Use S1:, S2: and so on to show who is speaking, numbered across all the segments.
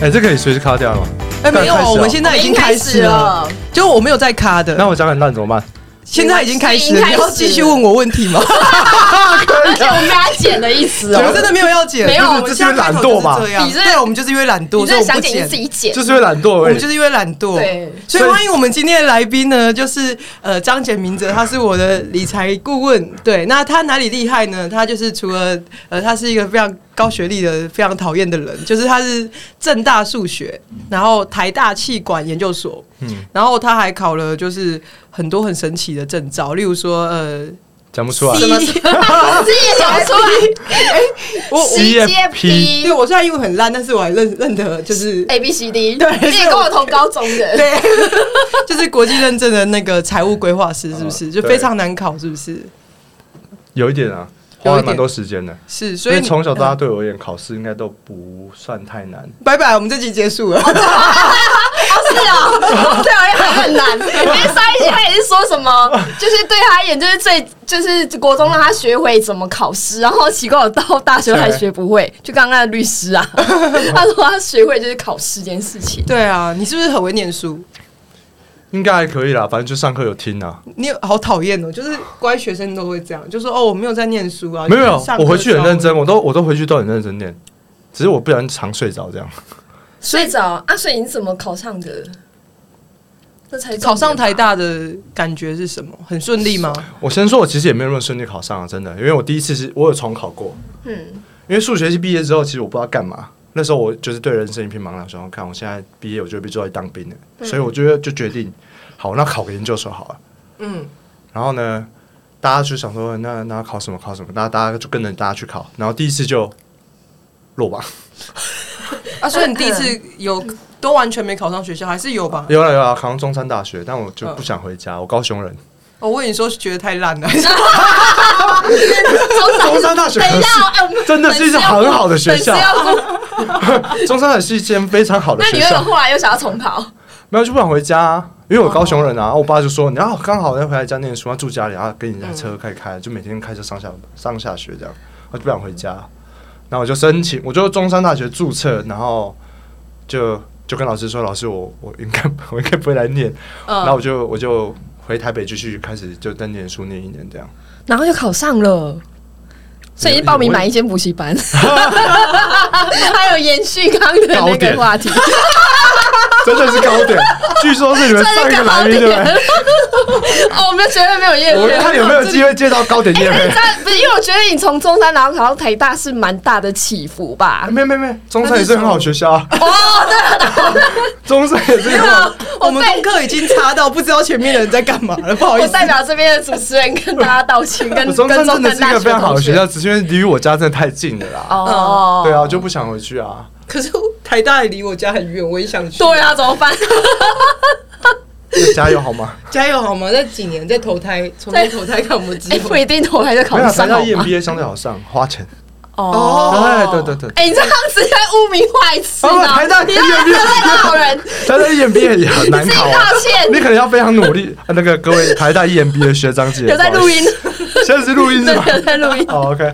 S1: 哎，这可以随时卡掉吗？
S2: 哎，没有
S1: 刚开始
S2: 啊，
S1: 哦
S2: 我们现在已经开始了，就我没有在卡的。
S1: 那我讲很烂怎么办？
S2: 现在已经开始
S3: 已
S2: 了，
S3: 经
S2: 你
S3: 开始
S2: 要继续问我问题 吗？
S3: 而且我们要剪的意思
S2: 我
S3: 哦。
S2: 真的没有要剪，
S3: 没有
S2: 就是
S3: 我们
S2: 这
S1: 现在
S2: 开头
S1: 懒惰吧
S2: 就是这样
S3: 你这
S2: 对，我们就是因为懒
S3: 你
S2: 惰，所以
S3: 真
S2: 我
S3: 的
S2: 不
S3: 想剪你自
S2: 剪。
S3: 己剪，
S1: 就是会懒惰
S2: 我
S1: 而
S2: 们
S1: 已
S2: 就是因为懒惰，
S3: 对
S2: 所以欢迎我们今天的来宾呢，就是呃张简明哲，他是我的理财顾问。对，那他哪里厉害呢？他就是除了呃，他是一个非常高学历的、非常讨厌的人，就是他是正大数学，然后台大气管研究所，
S1: 嗯，
S2: 然后他还考了就是很多很神奇的证照，例如说呃
S1: 讲不出来。
S2: ，C，
S3: 自己也想不出来。
S2: 我我
S1: C
S3: 直
S1: F
S3: 接
S1: P
S2: 对
S3: P
S2: 我虽然英文很烂，但是我还认认得就是
S3: A B C D，
S2: 对
S3: 你也
S2: 是
S3: 跟
S2: 我
S3: 我同高中的，
S2: 对， 就是国际认证的那个财务规划师，是不是？
S1: 嗯
S2: 就非常难考，是不是？
S1: 有一点啊，
S2: 有一点
S1: 花了蛮多时间的。
S2: 是，所
S1: 所以
S2: 以
S1: 从小到大
S2: 大
S1: 对我而言，考试应该都不算太难。
S2: 拜拜，我们这集结束了。
S3: 是哦， 对我也很难。因为上一集他也是说什么，就是对他而言就是最就是国中让他学会怎么考试，然后奇怪我到大学还学不会，就刚刚的律师 啊，他说他学会就是考试这件事 情。
S2: 对啊，你是不是很会念书？
S1: 应该还可以啦，反正就上课有听啊。
S2: 你有好讨厌哦，就是乖学生都会这样，就说哦我没有在念书啊，
S1: 没有没有
S2: 就是上，课
S1: 我回去很认真，
S2: 稍微。
S1: 我都我都回去都很认真念，只是我不然常睡着这样。
S3: 睡着啊，所以你怎么考上的？这才
S2: 考上台大的感觉是什么？很顺利吗？
S1: 我先说，我其实也没有那么顺利考上啊，真的，因为我第一次是我有重考过，
S3: 嗯，
S1: 因为数学系毕业之后，其实我不知道干嘛。那时候我就是对人生一片茫然，想要看我现在毕业，我就必须要去当兵了，所以我就就决定，好，那考个研究所好了。
S2: 嗯，
S1: 然后呢，大家就想说，那那考什么考什么，那大家就跟着大家去考。然后第一次就落榜，
S2: 啊，所以你第一次有都完全没考上学校，还是有吧？
S1: 有了有了，考上中山大学，但我就不想回家，我高雄人。
S2: 哦 我跟你说，觉得太烂了。
S3: 中
S1: 中山大学
S3: 等一下哦，哎，我们
S1: 真的是一所很好的学校
S3: 粉丝，要哭
S1: 中山大学是一间非常好的
S3: 那
S1: 学
S3: 你为什么
S1: 校。
S3: 后来又想要重考？
S1: 没有就不想回家、啊，因为我高雄人啊，我爸就说，你要刚好要回来家念书，他啊住家里，然后跟你家车开开，就每天开车上下上下学这样，我就不想回家，然后我就申请，我就中山大学注册，然后就就跟老师说，老师我我应该我应该不会来念，然后我就我就回台北继续开始就在念书念一年这样，
S3: 然后就考上了。所以是报名买一间补习班， 还有延续刚刚的那
S1: 高
S3: 个
S1: 点
S3: 话题，
S1: 真的是高点，据说是你们上一个来宾对不对？
S3: 哦，我们绝对没有业
S1: 我
S3: 配。
S1: 看有没有机会接到高点夜配。
S3: 但不是因为我觉得你从中山然后考到台大是蛮大的起伏吧？
S1: 啊没没没，中山也是很好学校啊。哦，对，中山也是很好。
S3: 啊
S2: 我们功课已经差到不知道前面的人在干嘛了，不好意
S3: 我
S2: 思。
S3: 代表这边的主持人跟大家道歉，跟
S1: 我
S3: 跟
S1: 中山真
S3: 山
S1: 的是一
S3: 大
S1: 个非常好
S3: 同
S1: 的学
S3: 学
S1: 校，只是因为离我家真的太近了啦。
S3: 哦，
S1: 对啊，我就不想回去 啊。
S2: 可是台大也离我家很远，我也想去。
S3: 对，啊，怎 么办？
S1: 那加油好
S3: 哦
S1: 吗？
S2: 加油好吗？在几年再投胎，重新投胎看我们机
S3: 哎，不
S2: 会。
S3: 一定投胎就考
S1: 没有啊，
S3: 上
S1: 台
S3: 好
S1: 大
S3: 吗？
S1: EMBA 相对好上，花钱。
S2: 哦
S1: 对对对对。
S3: 哎，你这样子在污名化一次
S1: 啊，
S3: 呢
S1: 台大
S3: 你要得
S1: EMBA，
S3: 罪好人，
S1: 台大 EMBA 也很 难
S3: 自己
S1: 考
S3: 道
S1: 啊。
S3: 歉。
S1: 你可能要非常努力。啊那个各位台大 E EMBA 的学长姐，
S3: 有在
S1: 不
S3: 录
S1: 好意
S3: 音
S1: 思，，现在是 录音
S3: 对？
S1: 是吧，
S3: 有在录 音。
S1: 好 OK。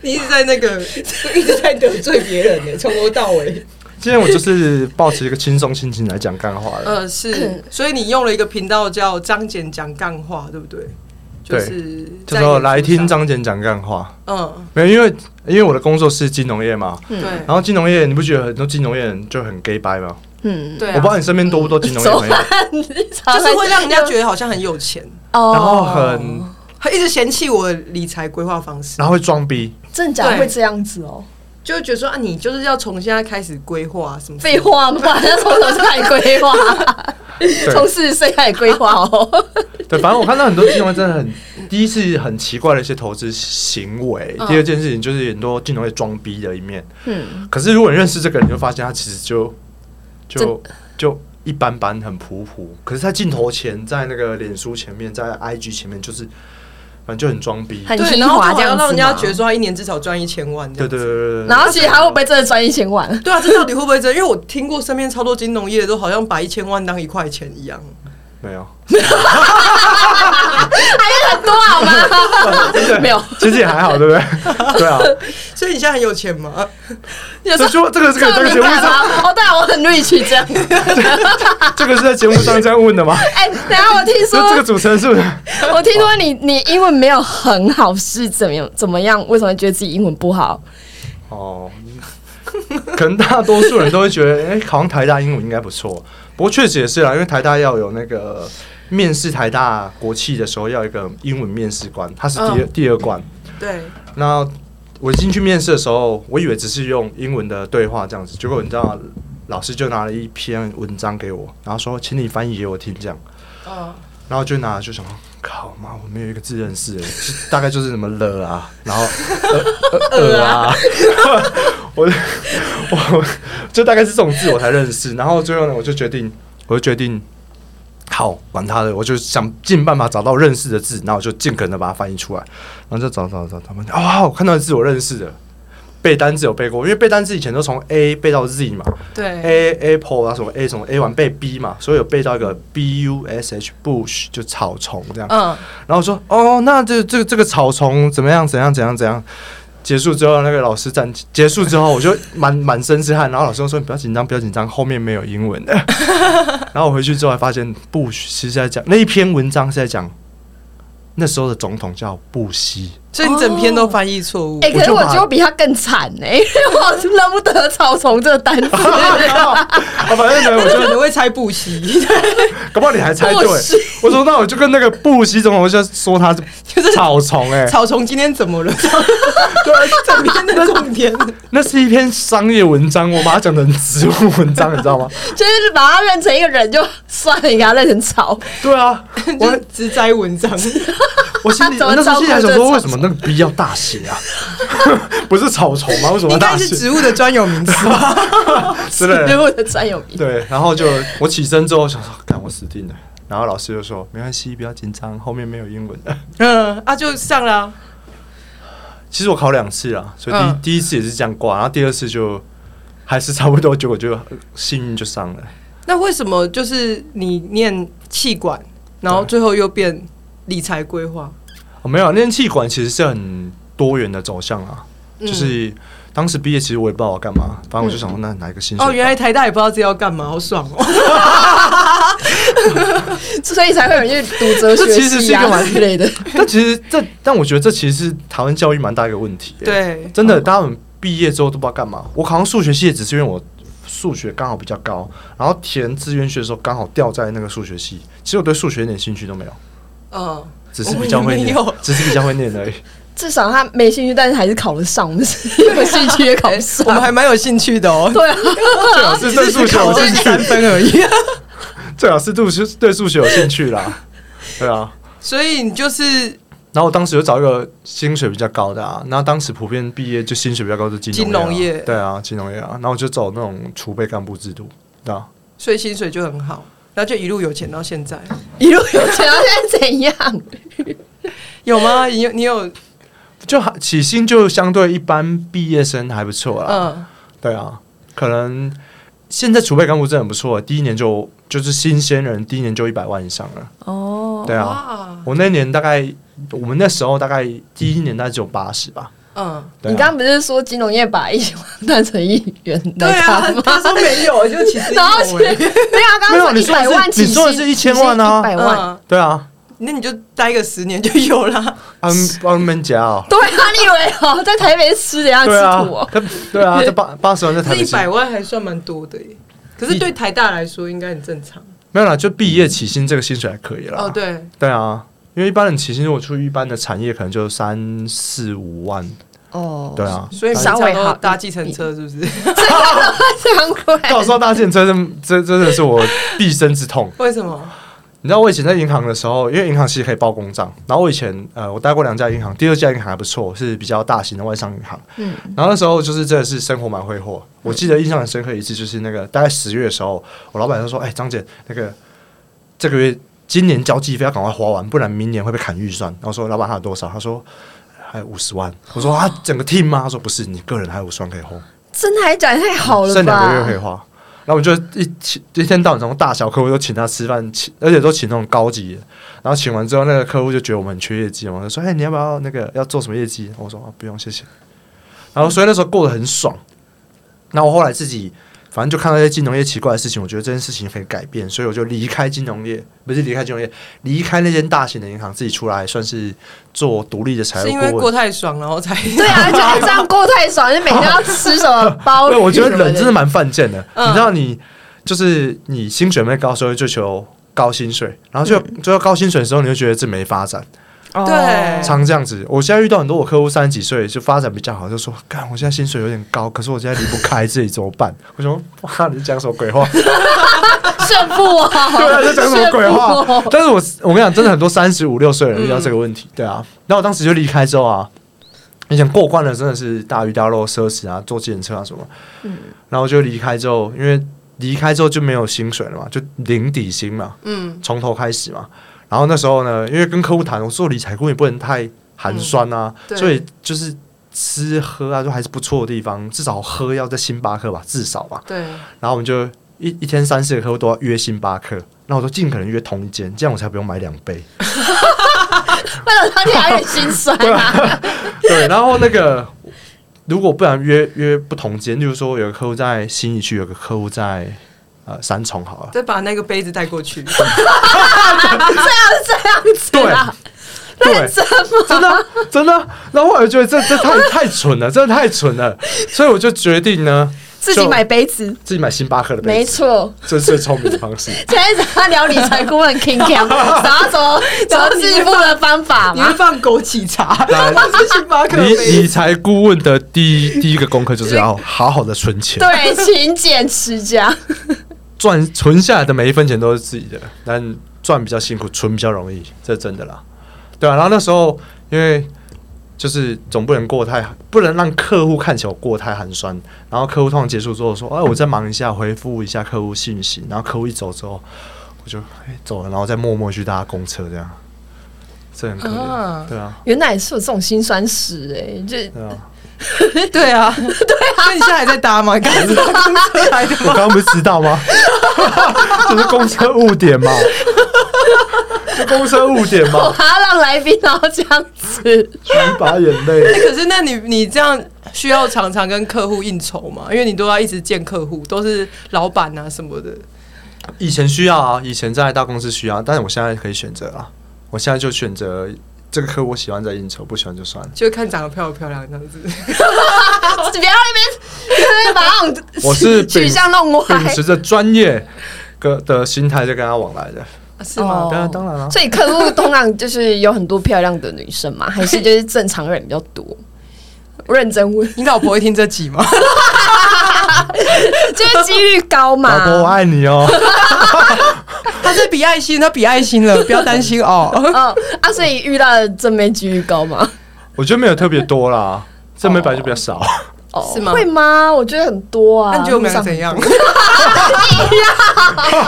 S2: 你一直在那个， 一直在得罪别人呢，从头到尾。
S1: 今天我就是抱持一个轻松心情来讲干话
S3: 嗯
S1: 的。
S2: 呃， 是，所以你用了一个频道叫张简讲干话，对不对？就是
S1: 就
S2: 在
S1: 说来
S2: 脸
S1: 听
S2: 书上，
S1: 张简讲干话。
S2: 嗯，
S1: 没有，因为因为我的工作是金融业嘛，
S3: 嗯
S2: 对
S1: 然后金融业你不觉得很多金融业人就很 gay 掰吗？
S3: 嗯，
S2: 对
S1: 我不知道
S2: 啊，
S1: 你身边多不多金融 业朋友，
S3: 就
S2: 就是会让人家觉得好像很有钱，
S3: 哦
S1: 然后很
S2: 他一直嫌弃我的理财规划方式，
S1: 然后会装逼，
S3: 真假
S2: 对
S3: 会这样子哦？
S2: 就会觉得说啊，你就是要从现在开始规划什么
S3: 废话嘛，人家从什么时候开始规划？从四十岁开始规划哦。
S1: 对，反正我看到很多金融业真的很，第一是很奇怪的一些投资行为，第二件事情就是很多金融业装逼的一面。
S3: 嗯，
S1: 可是如果你认识这个人，你就发现他其实就就就一般般，很普普。可是，在镜头前，在那个脸书前面，在 IG 前面，就是反正就很装逼。
S3: 很
S2: 对，
S3: 精
S2: 然后
S3: 华
S2: 还
S3: 这
S2: 要
S3: 样
S2: 让人家觉得
S3: 得。
S2: 说他啊一年至少赚一千万这
S1: 对对
S2: 样子。
S1: 对对对
S3: 然
S1: 对。
S3: 后其实他会不会真的赚一千万？
S2: 对啊，这到底会不会真？因为我听过身边超多金融业的都好像把一千万当一块钱一样，
S1: 没有，
S3: 很 多好吗？ 没有，
S1: 其实也还好，对不 对？对啊，
S2: 所以你现在很有钱吗？
S3: 有时
S1: 这
S3: 候
S1: 说这个这个这
S3: 这么
S1: 个
S3: 敏
S1: 节目
S3: 感
S1: 上，
S3: 吗？哦，对啊，我很 rich 这样。
S1: 这个是在节目上这样问的 吗？
S3: 哎，等一下我听
S1: 这这个
S3: 说，
S1: 主持人是不是？
S3: 我听说你你英文没有很好，是怎么样？怎么样？为什么觉得自己英文不好？
S1: 哦，可能大多数人都会觉得， 哎、考上台大英文应该不错。不过确实也是啊啦，因为台大要有那个面试台大国企的时候，要有一个英文面试官，他是第二、第二关。
S2: 对，
S1: 那我进去面试的时候，我以为只是用英文的对话这样子，结果你知道，老师就拿了一篇文章给我，然后说，请你翻译给我听这样。
S2: 哦，
S1: 然后就拿就想说，靠妈，我没有一个字认识， 就大概就是什么了啊，然 后呃呃呃啊， 我我就大概是这种字我才认识。然后最后呢，我就决定，我就决定，好管他的，我就想尽办法找到认识的字，然后我就尽可能地把它翻译出来，然后就找找找他们，哇、我看到的字我认识的。背单字有背过，因为背单字以前都从 A 背到 Z 嘛
S2: 对，
S1: ，A Apple 啊什么 A 什么 A 完背 B 嘛，所以有背到一个 B U S H Bush 就草丛这样。
S3: 嗯，
S1: 然后说哦，那这这这个草丛怎么样？怎样？怎样？怎样？结束之后，那个老师站结束之后，我就满满身是汗。然后老师就说：“你不要紧张，不要紧张，后面没有英文的。” 然后我回去之后，还发现布希是在讲那一篇文章是在讲那时候的总统叫布希。
S2: 所以你整篇都翻译错误
S3: 哎、。可是
S1: 我
S3: 我
S1: 就把
S3: 觉得我比他更惨哎、因为 我认不得“草丛”这个单 词。
S1: 啊，反正呢，我
S2: 我
S1: 就
S2: 可能会猜不息，
S1: 搞不好你还猜对
S3: 布希。
S1: 我说那我就跟那个布希总统，我就说他
S2: 就是是
S1: 草丛哎、
S2: 草丛今天怎么了？对，啊整篇的重 点。
S1: 那是一篇商业文章，我把它讲成植物文章，你知 道吗？
S3: 就是把它认成一个人就算了，你给它认成草，
S1: 对啊，
S2: 就
S1: 我
S2: 是只摘文章，
S1: 我心里
S3: 怎么
S1: 我那时候
S3: 照
S1: 心里还
S3: 顾
S1: 想
S3: 这
S1: 说，
S3: 个
S1: 为什么那个 B 要大写啊？ 不是草丛啊吗？为什么要
S2: 应
S1: 大
S2: 该是
S1: 写？
S2: 植物的专有名词 吧？
S1: 之类
S3: 对
S1: 的。
S3: 我的专有名。
S1: 对，然后就我起身之后想说，看我死定了。然后老师就说：“没关系，不要紧张，后面没有英文的。
S2: 嗯，啊，就上了啊。”
S1: 其实我考两次啦，所以第、
S2: 嗯
S1: 第一次也是这样挂，然后第二次就还是差不多，结果就幸运就上了。
S2: 那为什么就是你念气管，然后最后又变理财规划？
S1: 哦，没有，那间气管其实是很多元的走向啊，
S2: 嗯
S1: 就是当时毕业，其实我也不知道我要干嘛，反正我就想说，那哪一个薪水
S2: 哦，原来台大也不知道自己要干嘛，好爽哦！
S3: 所以才会有人去读哲
S1: 这
S3: 学
S1: 其实是
S3: 系
S1: 一个
S3: 啊
S1: 蛮
S3: 之类的。
S1: 但其实这，但我觉得这其实是台湾教育蛮大一个问题、欸。，
S2: 对，
S1: 真的，大家很毕业之后都不知道干嘛。我考上数学系，只是因为我数学刚好比较高，然后填志愿序的时候刚好掉在那个数学系。其实我对数学一点兴趣都没有，
S2: 嗯，
S1: 只是比较会念
S2: 我也没有，
S1: 只是比较会念而已。
S3: 至少他没兴趣，但是还是考 得上，我们是有兴趣也考不上。
S2: 我们还蛮有兴趣的 哦，
S3: 对啊，
S1: 最好是对数学
S2: 考
S1: 有
S2: 二
S1: 兴
S2: 十
S1: 趣，
S2: 三分而 已。
S1: 最好是对数对数学有兴趣啦。对啊，
S2: 所以你就是
S1: 然后我当时就找一个薪水比较高的啊，那当时普遍毕业就薪水比较高的金融
S2: 金融
S1: 业啊
S2: 业
S1: 对啊，金融业啊，然后我就走那种储备干部制度，对啊。
S2: 所以薪水就很好，然后就一路有钱到现在，
S3: 一路有钱，到现在怎样？
S2: 有吗？你有你有
S1: 就还起薪就相对一般毕业生还不错啦。
S2: 嗯，
S1: 对啊，可能现在储备干部真的很不错，第一年就就是新鲜人，第一年就一百万以上了。
S3: 哦，
S1: 对啊，
S2: 哇，
S1: 我那年大概我们那时候大概第一年大概只有八十吧。
S2: 嗯，
S1: 对
S3: 你
S1: 啊
S3: 刚刚不是说金融业把一千万当成一元
S2: 对
S3: 的
S2: 啊
S3: 卡，吗？
S2: 他说没有，就其实有
S3: 然后是没有
S2: 欸，
S3: 啊，刚
S1: 没有
S3: 刚
S1: 你
S3: 一
S1: 说的
S3: 百
S1: 是
S3: 万起薪，
S1: 你说的是1000万啊
S3: 一百万。
S2: 嗯，
S1: 对啊，
S2: 那你就待个十年就有 啦。
S1: 安安门夹 哦。
S3: 对啊，你以为哦，在台北吃的样吃
S1: 对啊
S3: 土哦，？
S1: 他对啊，这八八十万在台
S2: 这
S1: 北
S2: 一
S1: 市
S2: 百万还算蛮多的耶，可是
S1: 一
S2: 对台大来说应该很正常。
S1: 没有啦，就毕业起薪这个薪水还可以啦。
S2: 哦，
S3: 嗯
S2: 对，
S1: 对啊，因为一般人起薪如果出一般的产业，可能就三四五万。
S3: 哦
S1: 对啊，
S2: 所以平常都搭计程车是不
S3: 嗯
S2: 是？
S3: 这样过来
S1: 到时候搭建车真真真的是我毕生之痛。
S2: 为什么？
S1: 你知道我以前在银行的时候，因为银行其实可以报公账，然后我以前呃我待过两家银行，第二家银行还不错，是比较大型的外商银行。嗯，然后那时候就是真的是生活蛮挥霍。我记得印象很深刻一次，就是那个大概十月的时候，我老板就说：“哎、张姐，那个这个月今年交际费要赶快花完，不然明年会被砍预算。”然后说：“老板还有多少？”他说：“还有五十万。”我说：“啊，整个 team 吗？”他说：“不是，你个人还有五十万可以花。”
S3: 真的还讲太好了吧？
S1: 剩两个月可以花。然后我就一起一天到晚从大小客户都请他吃饭，请而且都请那种高级的。然后请完之后，那个客户就觉得我们很缺业绩嘛，我就说：“哎、你要不要那个要做什么业绩？”我说：“啊，不用，谢谢。”然后所以那时候过得很爽。那我后来自己反正就看到一些金融业奇怪的事情，我觉得这件事情可以改变，所以我就离开金融业，不是离开金融业，离开那间大型的银行，自己出来算是做独立的财
S2: 是
S1: 务
S2: 因为
S1: 顾
S2: 过
S1: 问。
S2: 太爽，然后才
S3: 对啊，觉得这样过太爽，就每天要吃什么包鱼
S1: 对，啊
S3: 哦什么？
S1: 我觉得人真的蛮犯贱的。
S2: 嗯
S1: 你知道你，就是你薪水没高，时候追求高薪水，然后就
S3: 嗯
S1: 追求高薪水的时候，你就觉得这没发展。
S3: 啊
S2: 对
S1: 常这样子。我现在遇到很多我客户三十几岁就发展比较好，就说干，我现在薪水有点高，可是我现在离不开这里怎么办？我想说， 哇，你讲什么鬼话？
S3: 炫富啊！
S1: 对啊，在讲什 么鬼
S3: 炫富
S1: 话
S3: 哦？
S1: 但是我我跟你讲，真的 很多三十五六岁的人遇到这个问题，对啊。那我当时就离开之后啊，以前过惯了，真的是大鱼大肉、奢侈啊，坐计程车啊什么。然后就离开之后，因为离开之后就没有薪水了嘛，就零底薪嘛。
S2: 嗯
S1: 从头开始嘛。然后那时候呢，因为跟客户谈，我做理财顾问也不能太寒酸啊，
S2: 对
S1: 所以就是吃喝啊，就还是不错的地方，至少喝要在星巴克吧，至少吧。
S2: 对
S1: 然后我们就一一天三四个客户都要约星巴克，那我都尽可能约同一间，这样我才不用买两杯。
S3: 为了让你还有点心酸啊！
S1: 对，然后那个如果不然约约不同间，例如说有个客户在呃新义区，有个客户在呃三重好了，
S2: 再把那个杯子带过去，
S3: 这样是这
S1: 对
S3: 样子啊，
S1: 对，
S3: 真的
S1: 真的啊真的啊。然后我就觉得这这太太蠢了，真的太蠢 了，所以我就决定呢，
S3: 自己
S1: 就
S3: 买杯子，
S1: 自己买星巴克的杯
S3: 没
S1: 子，
S3: 错。
S1: 这是最聪明的方 式。
S3: 今天他聊理财顾问 King Cam，然后怎么怎么致富的方法
S2: 你会
S3: 嘛？
S2: 放枸杞茶，
S1: 来
S2: 是星巴克的
S1: 理
S2: 杯
S1: 理
S2: 子。
S1: 财顾问的第一第一个功课就是要好好的存钱，
S3: 对，勤俭持家，
S1: 赚存下来的每一分钱都是自己的，但赚比较辛苦，存比较容易，这是真的啦，对啊，然后那时候因为。就是总不能过太，不能让客户看起来我过太寒酸。然后客户通常结束之后说：“哎，我再忙一下，回复一下客户信息。”然后客户一走之后，我就哎、走了，然后再默默去搭公车，这样，这很可怜，
S2: 啊
S1: 对啊，
S3: 原来是有这种辛酸史哎，就
S1: 对啊。
S2: 对 啊，对啊，那你现在还在搭 吗？刚才公车来的
S1: 我刚刚不是知道吗？ 就是公车误点嘛，就公车误点 嘛，
S3: 还要让来宾然后这样子，
S1: 一把眼泪。
S2: 可是，那你你这样需要常常跟客户应酬吗？因为你都要一直见客户，都是老板啊什么的。
S1: 以前需要啊，以前在大公司需要，但是我现在可以选择啊，我现在就选择这个客户我喜欢再应酬，不喜欢就算了。
S2: 就看长得漂不漂亮这样子，
S3: 不要那边那边把那种
S1: 我是
S3: 取向弄
S1: 秉
S3: 歪。
S1: 持着专业个的心态在跟他往来的。
S2: 啊是吗？
S3: 哦
S1: 当然当然了、
S3: 所以客户通常就是有很多漂亮的女生 嘛，还是就是正常人比较多？我认真问，
S2: 你老婆会听这集 吗？
S3: 就是几率高嘛。
S1: 老婆我爱你 哦，
S2: 她在比爱心，她比爱心 了，不要担心哦。
S3: 嗯啊，所以遇到的正面几率高吗？
S1: 我觉得没有特别多啦，这没本来就比较少。
S3: 哦
S2: 是吗
S3: 会吗？我觉得很多啊。
S2: 那你觉得我们俩
S3: 路上
S2: 怎 样？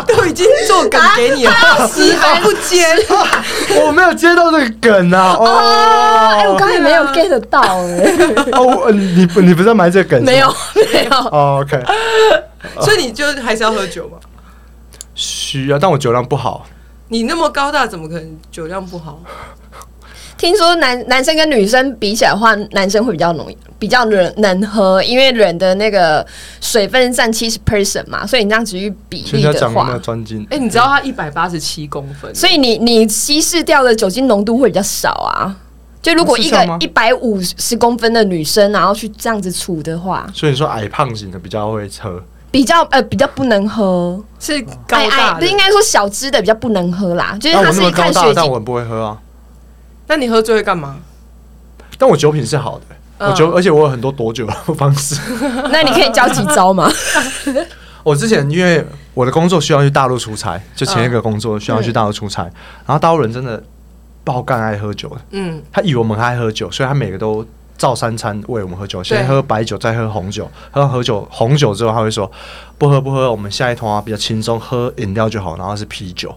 S2: 都已经做梗给 你了，你啊还不接？
S1: 我没有接到这个梗 啊，
S3: 哦哎、我
S1: 哦，
S3: 刚才没有
S2: 啊
S3: get 到 哎、
S1: 哦，我你不你不是在埋这个梗？
S3: 没有。没有，
S1: 哦，OK，
S2: 所以你就还是要喝酒嘛？
S1: 需要，但我酒量不好，
S2: 你那么高大，怎么可能酒量不好？
S3: 听说男男生跟女生比起来的话，男生会比较容易，比较能能喝，因为人的那个水分占七十 percent 嘛，所以你这样子去比
S1: 全
S3: 例
S1: 家
S3: 的
S1: 讲那么
S3: 话，
S1: 专精。
S2: 哎，你知道她一百八十七公分，
S3: 所以你你稀释掉的酒精浓度会比较少啊。就如果一
S1: 哦是这
S3: 个
S1: 样吗
S3: 一百五十公分的女生，然后去这样子除的话，
S1: 所以你说矮胖型的比较会喝，
S3: 比较呃比较不能喝，
S2: 是高
S3: 矮
S2: 大的
S3: 矮不。应该说小只的比较不能喝啦，就是
S1: 但啊
S3: 它
S1: 我
S3: 是
S1: 那么
S3: 看
S1: 高大，
S3: 血精
S1: 但我很不会喝啊。
S2: 那你喝醉会干嘛？
S1: 但我酒品是好的，
S2: 嗯
S1: 我酒，而且我有很多躲酒的方式。
S3: 那你可以教几招吗？
S1: 我之前因为我的工作需要去大陆出差，就前一个工作需要去大陆出差，然后大陆人真的爆干爱喝酒的，
S2: 嗯，
S1: 他以为我们爱喝酒，所以他每个都照三餐喂我们喝酒，先喝白酒，再喝红酒，喝完喝酒红酒之后，他会说不喝不喝，我们下一通啊比较轻松，喝饮料就好，然后是啤酒，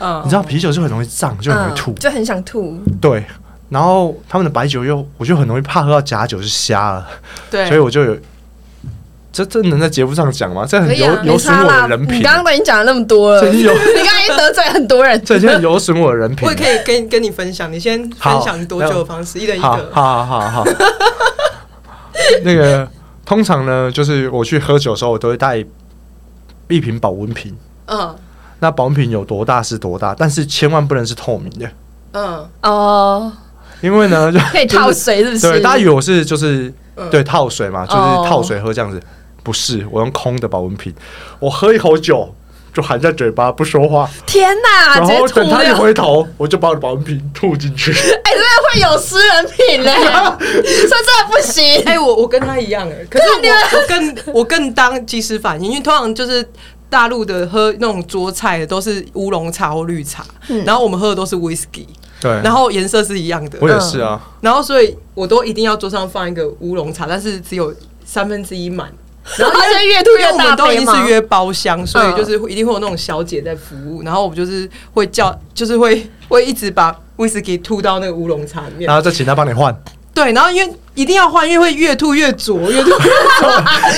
S2: 嗯
S1: 你知道啤酒就很容易胀， 就很容易吐，
S3: 嗯就很想吐。
S1: 对。然后他们的白酒又，我就很容易怕喝到假酒就瞎了，
S2: 对，
S1: 所以我就有这这能在节目上讲吗？这
S3: 可
S1: 很
S3: 以
S1: 有
S3: 啊，
S1: 有
S3: 没
S1: 损
S3: 差
S1: 我
S3: 啦
S1: 的。人
S3: 你
S1: 品，
S3: 刚刚都已经讲了那么多了，
S1: 这已
S3: 你
S1: 经有
S3: 刚刚已经得罪很多人，
S1: 这已经有损我的人品
S2: 我。也可以跟跟你分享，你先分
S1: 好
S2: 享多久的方式，一人一
S1: 好
S2: 个。
S1: 好好好好， 那个通常呢，就是我去喝酒的时候，我都会带一瓶保温瓶。
S2: 嗯
S1: 那保温瓶有多大是多大，但是千万不能是透明的，
S2: 嗯
S3: 哦，
S1: 因为呢， 就
S3: 可以
S1: 就是
S3: 泡水是不是？
S1: 对，大家以为我是就是
S2: 嗯
S1: 对套水嘛，就是
S3: 哦
S1: 套水喝这样子。不是，我用空的保温瓶，我喝一口酒就含在嘴巴不说话，
S3: 天哪，
S1: 然
S3: 啊直接
S1: 后
S3: 吐
S1: 等他一
S3: 掉！
S1: 回头，我就把我的保温瓶吐进去。
S3: 哎，真的会有失人 品嘞，所以真的不行。
S2: 哎、我我跟他一样哎、可是我我更我更当及时反应，因为通常就是大陆的喝那种桌菜的都是乌龙茶或绿茶，然后我们喝的都是 whisky，
S1: 对，
S2: 然后颜色是一样的
S1: 我，也是啊，
S2: 然后所以我都一定要桌上放一个乌龙茶，但是只有三分之一 满。
S3: 然后就越吐
S2: 因为
S3: 越
S2: 我
S3: 大
S2: 们都
S3: 杯嗯
S2: 一定
S3: 吗？
S2: 是约包厢，所以就是会一定会有那种小姐在服务，然后我就是会叫，就是会会一直把威士忌吐到那个乌龙茶里面
S1: 然，后再请他帮你换，
S2: 对，然后因为一定要换，因为会越吐越浊，越吐 越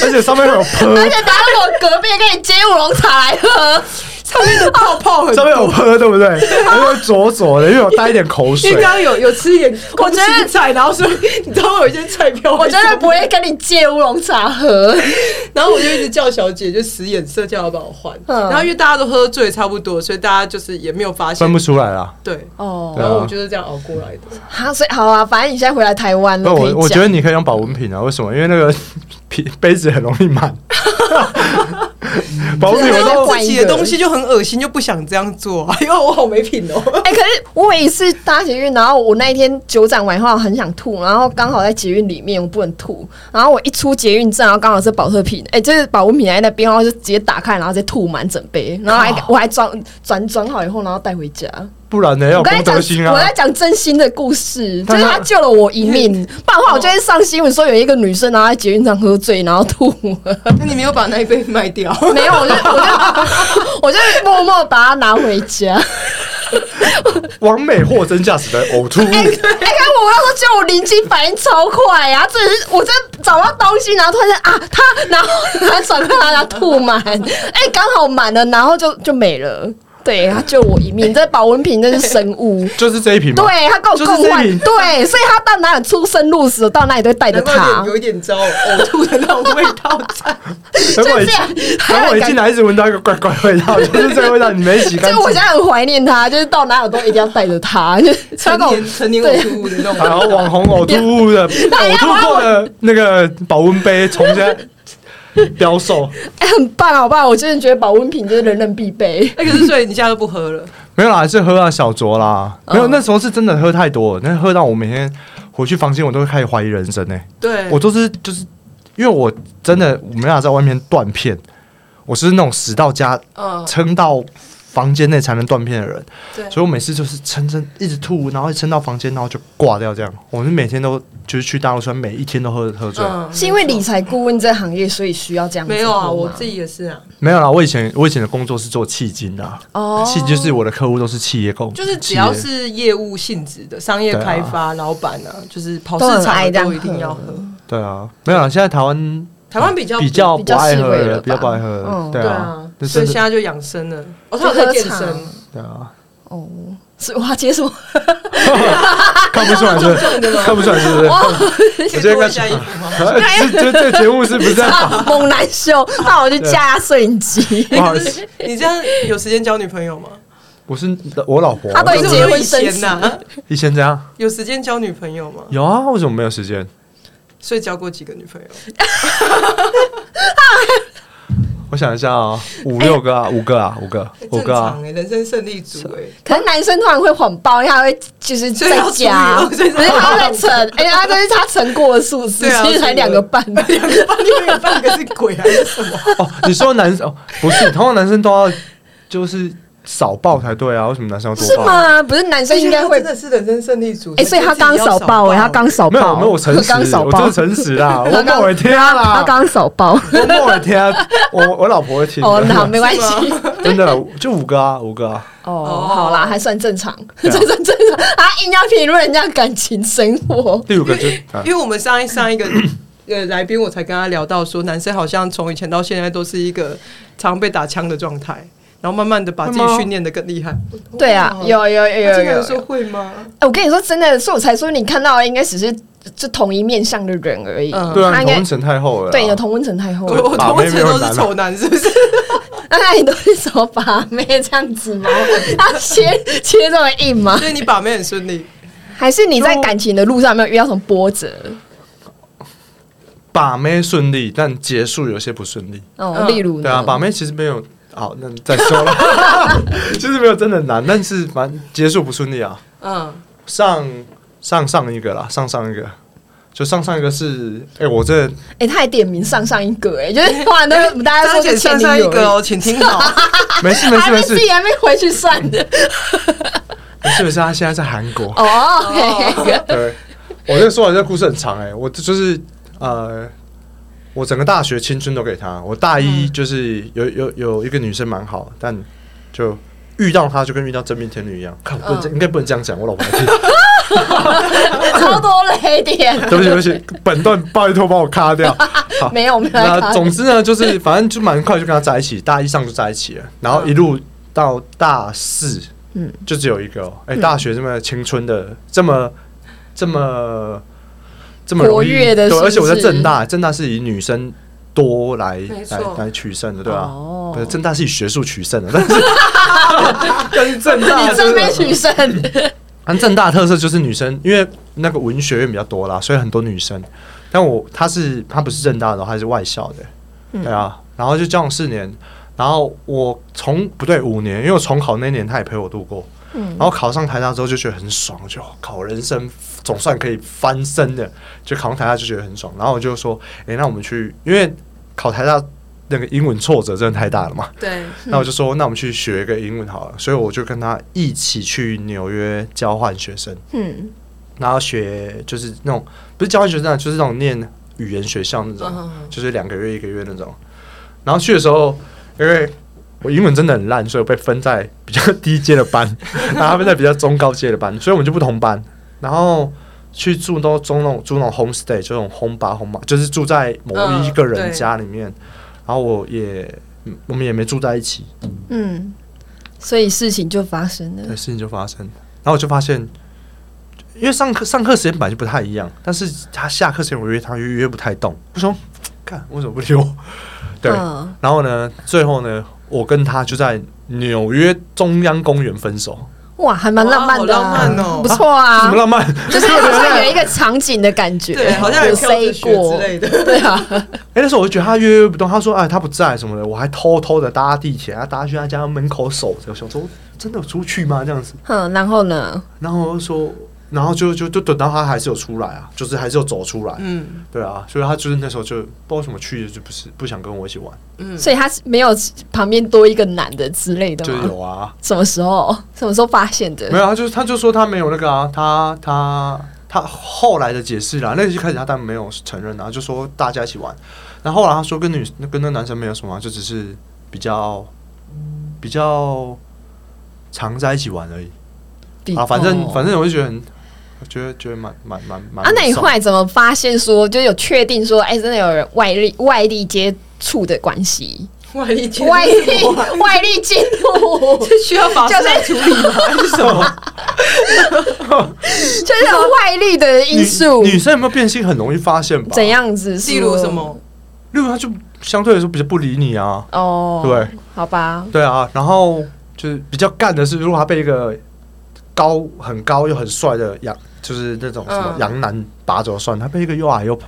S1: 而且上面会有泼，
S3: 而且等下如果隔壁跟你接乌龙茶 来喝，
S2: 上面的泡泡很
S1: 上面有泼，对不 对？因为左左的，又有带一点口
S2: 因
S1: 水
S2: 为。刚刚有有吃一点，
S3: 我觉得
S2: 空心菜，然后所以你知道我有一些菜票，
S3: 我真的不会跟你借乌龙茶 喝。
S2: 然后我就一直叫小姐，就使眼色叫她帮我换。
S3: 嗯
S2: 然后因为大家都喝醉差不多，所以大家就是也没有发现
S1: 分不。出来啦。
S2: 对，
S3: 哦，
S1: 对啊
S2: 然后我就是这样熬过来的。
S3: 好，所以好啊，反正你现在回来台湾
S1: 不，
S3: 了，嗯可以
S1: 我
S3: 讲
S1: 我觉得你可以用保温瓶啊，为什么？因为那个 瓶杯子很容易满，保温瓶我
S3: 都
S1: 都
S2: 自己的东西就很恶心，就不想这样做、啊，因为我好没品哦、
S3: 哎、可是我每一次搭捷运，然后我那一天酒展完以后很想吐，然后刚好在捷运里面我不能吐，然后我一出捷运站，然后刚好是保特瓶，哎、就是保温瓶还在那边，然后就直接打开，然后再吐满整杯，
S1: 哦
S3: 然后还我还装转装好以后，然后带回家。
S1: 不然呢要有
S3: 我刚才
S1: 公
S3: 讲
S1: 德心啊
S3: 我。在讲真心的故事，就
S1: 但
S3: 是
S1: 是
S3: 他救了我一 命，不然的话我就会上新闻说有一个女生然后在捷运上喝醉，然后吐。
S2: 那你没有把那一杯卖掉？
S3: 没有，我就我就我就默默把它拿回家。
S1: 完美货真价实的呕吐物，
S3: 哎、看我那时候觉得我灵机反应超快呀、啊，真的是我真的找到东西，然后突然间啊，他然后他转过来，他吐满，哎、刚好满了，然后就就没了。对，他救我一命，这保温瓶真是神物。
S1: 就是这一瓶嘛。
S3: 对他跟我
S1: 就是
S3: 共
S1: 这
S3: 患，
S1: 里
S3: 对，所以他到哪里出生入死，到哪里都会带着
S2: 难怪
S3: 他
S2: 有。有一点招呕吐的那种味道在。
S1: 等我一
S3: 这样
S1: 等我一进来，一直闻到一个怪怪味道，就是这个味道，你没洗
S3: 所
S1: 干
S3: 以
S1: 净
S3: 我现。在很怀念他，就是到哪里都一定要带着他，就是他
S2: 成
S3: 跟 我
S2: 年成年呕吐物的那种。
S1: 然后网红呕吐物 的
S2: 哎
S1: 呕吐过的那个保温杯，从现在 标售
S3: 哎、很棒，好棒！我真的觉得保温瓶就是人人必备。
S2: 那可是所以你现在都不喝了，
S1: 没有啦，还是喝啊小酌啦。没有
S3: 嗯
S1: 那时候是真的喝太多了，那喝到我每天回去房间，我都会开始怀疑人生呢、欸
S2: 对，
S1: 我都是就是因为我真的我没办法在外面断片，我是那种死到家
S2: 嗯，
S1: 撑到房间内才能断片的人，
S2: 对，
S1: 所以我每次就是撑撑一直吐，然后一撑到房间，然后就挂掉这样。我是每天都就是去大陆村，每一天都喝喝醉。
S2: 嗯
S3: 是因为理财顾问这行业，所以需要这样子
S2: 没有啊，
S3: 喝吗
S2: 我自己也是啊，
S1: 没有啦，我以前我以前的工作是做迄金的、啊，
S3: 哦
S1: 迄、就是我的客户都是企业工，
S2: 就是只要
S1: 企业
S2: 是业务性质的商业开发、老板啊，就是跑
S3: 都
S2: 市
S3: 很爱
S2: 场
S3: 这
S2: 的
S3: 样
S2: 都一定要喝
S3: 喝。
S1: 对啊，没有啦，现在台湾
S2: 台湾比较
S1: 比较
S3: 比
S1: 不
S3: 较
S1: 爱
S3: 示
S1: 喝
S3: 威
S1: 了，
S3: 了
S1: 比较
S3: 吧
S1: 不爱喝了，
S3: 嗯
S1: 对
S2: 对
S1: 啊
S2: 啊，，
S1: 那
S2: 所以
S1: 真
S2: 现
S1: 的
S2: 在就养生了。哦，他有在健
S3: 就喝
S2: 身
S3: 茶，
S1: 对啊，
S3: 哦，是我要接什么？
S1: 看不出来是不
S2: 重
S1: 是
S2: 的吗
S1: 看不出来是不是？
S2: 啊可以
S1: 觉得
S2: 脱
S1: 该
S2: 一下衣服吗？
S1: 这这这节目是 不是在跑？
S3: 啊猛男秀，那我就架下摄影机。
S1: 不好意思，
S2: 你这样有时间交女朋 友吗？
S1: 我是我老婆啊，
S3: 他都
S2: 可
S3: 已经
S2: 是
S3: 结
S2: 我
S3: 婚
S2: 以
S3: 生
S2: 前
S3: 子
S2: 呐，
S1: 以前怎样？
S2: 有时间交女朋友吗？
S1: 有啊，为什么没有时间？
S2: 所以交过几个女朋友？
S1: 我想一下啊，五六个啊，五个啊，五个，五
S2: 正
S1: 个啊
S2: 常，哎哎，人生胜利组哎，
S3: 可是啊男生突然会谎报，因为他会就是
S2: 所以
S3: 在
S2: 要除以
S3: 家
S2: 二，所以
S3: 不是他会乘，哎，他这是他乘过的数字
S2: 对，啊
S3: 其实才两 个半。
S2: 两个半，另外一半个是鬼还是什么？
S1: 哦，你说男生哦，不是，通常男生都要就是少报才对啊，为什么男生要
S3: 是
S1: 多报？
S3: 吗？不是男生应该会
S2: 真，的是人生胜利组
S3: 哎，所以他刚扫爆，哎，他刚扫
S1: 没有
S3: 爆，
S1: 没有，我诚
S3: 他
S1: 实，
S3: 刚扫
S1: 我
S3: 爆
S1: 真的，诚实啦，我
S3: 他 刚
S1: 冒会听啦
S3: 他，刚扫爆。
S1: 我冒会听，啊我我老婆会听的，啊
S3: 哦，那好没关系。
S2: 是
S1: 真的就五个啊，五个啊，
S3: 哦，好啦，还算正常， 这
S1: 对啊
S3: 算正常。他硬要评论人家感情生活，
S1: 第五个就啊
S2: 因为我们上一上一个 呃来宾，我才跟他聊到说，男生好像从以前到现在都是一个常被打枪的状态，然后慢慢的把自
S1: 会
S2: 己
S1: 吗
S2: 训练的更厉害。
S3: 对啊，有有有
S2: 哦他
S3: 有
S2: 竟然
S3: 有
S2: 说
S3: 有。
S2: 会吗？
S3: 哎，我跟你说真的，所以我才说你看到的应该只是这同一面相的人而已。
S2: 嗯
S1: 对啊，
S3: 他
S1: 你同
S3: 应该
S1: 温层太厚了啦。
S3: 对你的同温层太厚
S2: 我
S3: 了，
S2: 我同学都是丑男，是不 是？
S3: 那那你都是什么把妹这样子吗？他切切这么硬吗？
S2: 所以你把妹很顺利，
S3: 还是你在感情的路上有没有遇到什么波折？
S1: 把妹顺利，但结束有些不顺利。
S3: 哦，
S2: 嗯
S3: 例如呢？
S1: 对啊，把妹其实没有，好，那再说了， 其实没有真的难，但是蛮结束不顺利啊。
S2: 嗯，
S1: 上上上一个啦，上上一个，就上上一个是，哎、我这
S3: 哎、他还点名上上一个、哎，就是突然都我们大家
S2: 张
S3: 说是
S2: 姐
S3: 前
S2: 算
S3: 女
S2: 上
S3: 友
S2: 一个哦，请听好。
S1: 没事没
S3: 还
S1: 事
S3: 没
S1: 没
S3: 自
S1: 事
S3: 己还没回去算的。
S1: 没事没事，他现在在韩国。
S3: 哦，OK，
S1: 对， 我就说完这故事很长哎、我就是呃，我整个大学青春都给她。我大一就是有有有一个女生蛮好，但就遇到她就跟遇到真命天女一样。看，我不能这、应该不能这样讲，我老婆还听。
S3: 超多雷点。
S1: 对不起对不起，本段拜托帮我卡掉。好，
S3: 没有没有在
S1: 那
S3: 卡
S1: 总之呢，就是反正就蛮快就跟他在一起，大一上就在一起了，然后一路到大四，
S3: 嗯
S1: 嗯，就只有一个、哦。哎、大学这么青春的，这么这么这么
S3: 活
S1: 容易
S3: 跃的
S1: 对，
S3: 是不
S1: 而且我在
S3: 是
S1: 正大，正大是以女生多来
S2: 没错
S1: 来来取胜的，对吧、
S3: 哦
S1: 不是正大是以学术取胜的，但是但是正大
S3: 你
S1: 就是
S3: 真没 取胜，
S1: 反正正大特色就是女生，因为那个文学院比较多啦，所以很多女生。但我她是她不是正大的哦，她是外校的，对啊。然后就交往四年，然后我从不对五年，因为我重考那年她也陪我度过。然后考上台大之后就觉得很爽，就考人生总算可以翻身的，就考上台大就觉得很爽。然后我就说，诶，那我们去，因为考台大那个英文挫折真的太大了嘛，
S2: 对，
S1: 那我就说，那我们去学一个英文好了，所以我就跟他一起去纽约交换学生，
S3: 嗯，
S1: 然后学就是那种不是交换学生、啊，就是那种念语言学校那种，
S2: 嗯嗯
S1: 就是两个月一个月那种。然后去的时候，因为我英文真的很烂，所以我被分在比较低阶的班， 然后他们在比较中高阶的班，所以我们就不同班。然后去住都中那种住那种 homestay，就那种 home bar home bar，就是住在某一个
S2: 嗯对
S1: 人家里面。然后我也嗯我们也没住在一起，
S3: 嗯，所以事情就发生了
S1: 对，。事情就发生了。然后我就发现，因为上课上课时间本来就不太一样，但是他下课时间我约他约约不太动，我说看为什么不理我？ 对，
S3: 嗯
S1: 然后呢，最后呢，我跟他就在纽约中央公园分手，
S3: 哇，还蛮浪漫的、啊，
S2: 哇好浪漫哦
S3: 不错
S1: 什
S3: 啊
S1: 么，浪漫？啊
S3: 就是好像有一个场景的感觉，
S2: 对，好像有
S3: 有
S2: 飘着
S3: say
S2: 雪之
S3: 过，
S2: 类的。
S3: 对啊，
S1: 哎、那时候我就觉得他约约不动，他说哎他不在什么的，我还偷偷的搭地铁，他啊搭去他家门口守着，我想说真的有出去吗？这样子。
S3: 嗯，然后呢，
S1: 然后我就说，然后就就就等到他还是有出来啊，就是还是有走出来，
S2: 嗯
S1: 对啊，所以他就是那时候就不知道为什么去的就不是不想跟我一起玩，
S2: 嗯，
S3: 所以他没有旁边多一个男的之类的
S1: 就
S3: 吗？
S1: 是有啊，
S3: 什么时候？什么时候发现的？
S1: 没有，他啊就他就说他没有那个啊，他他他后来的解释啦，那一开始他当然没有承认啊，就说大家一起玩，然后后来他说跟女跟那男生没有什么啊、就只是比较比较常在一起玩而已
S3: 比
S1: 啊，反正
S3: 哦
S1: 反正我就觉得很，我觉得觉得蛮蛮蛮蛮
S3: 啊，那你
S1: 爽
S3: 后来怎么发现说，就有确定说，哎、真的有人外力外力接触的关系，
S2: 外力接
S3: 外力外力进入，
S2: 这需要法师来处理吗？还是什么？
S3: 就是有外力的因 素
S1: 女，女生有没有变心很容易发现吧？
S3: 怎？样子？
S2: 例如什？么？
S1: 例如她就相对来说比较不理你啊，
S3: 哦，
S1: 对，
S3: 好吧，
S1: 对啊，然后就是比较干的是，如果他被一个呃高很高又很帅的洋，就是那种什么
S2: 嗯
S1: 洋男拔走算，他被一个又矮又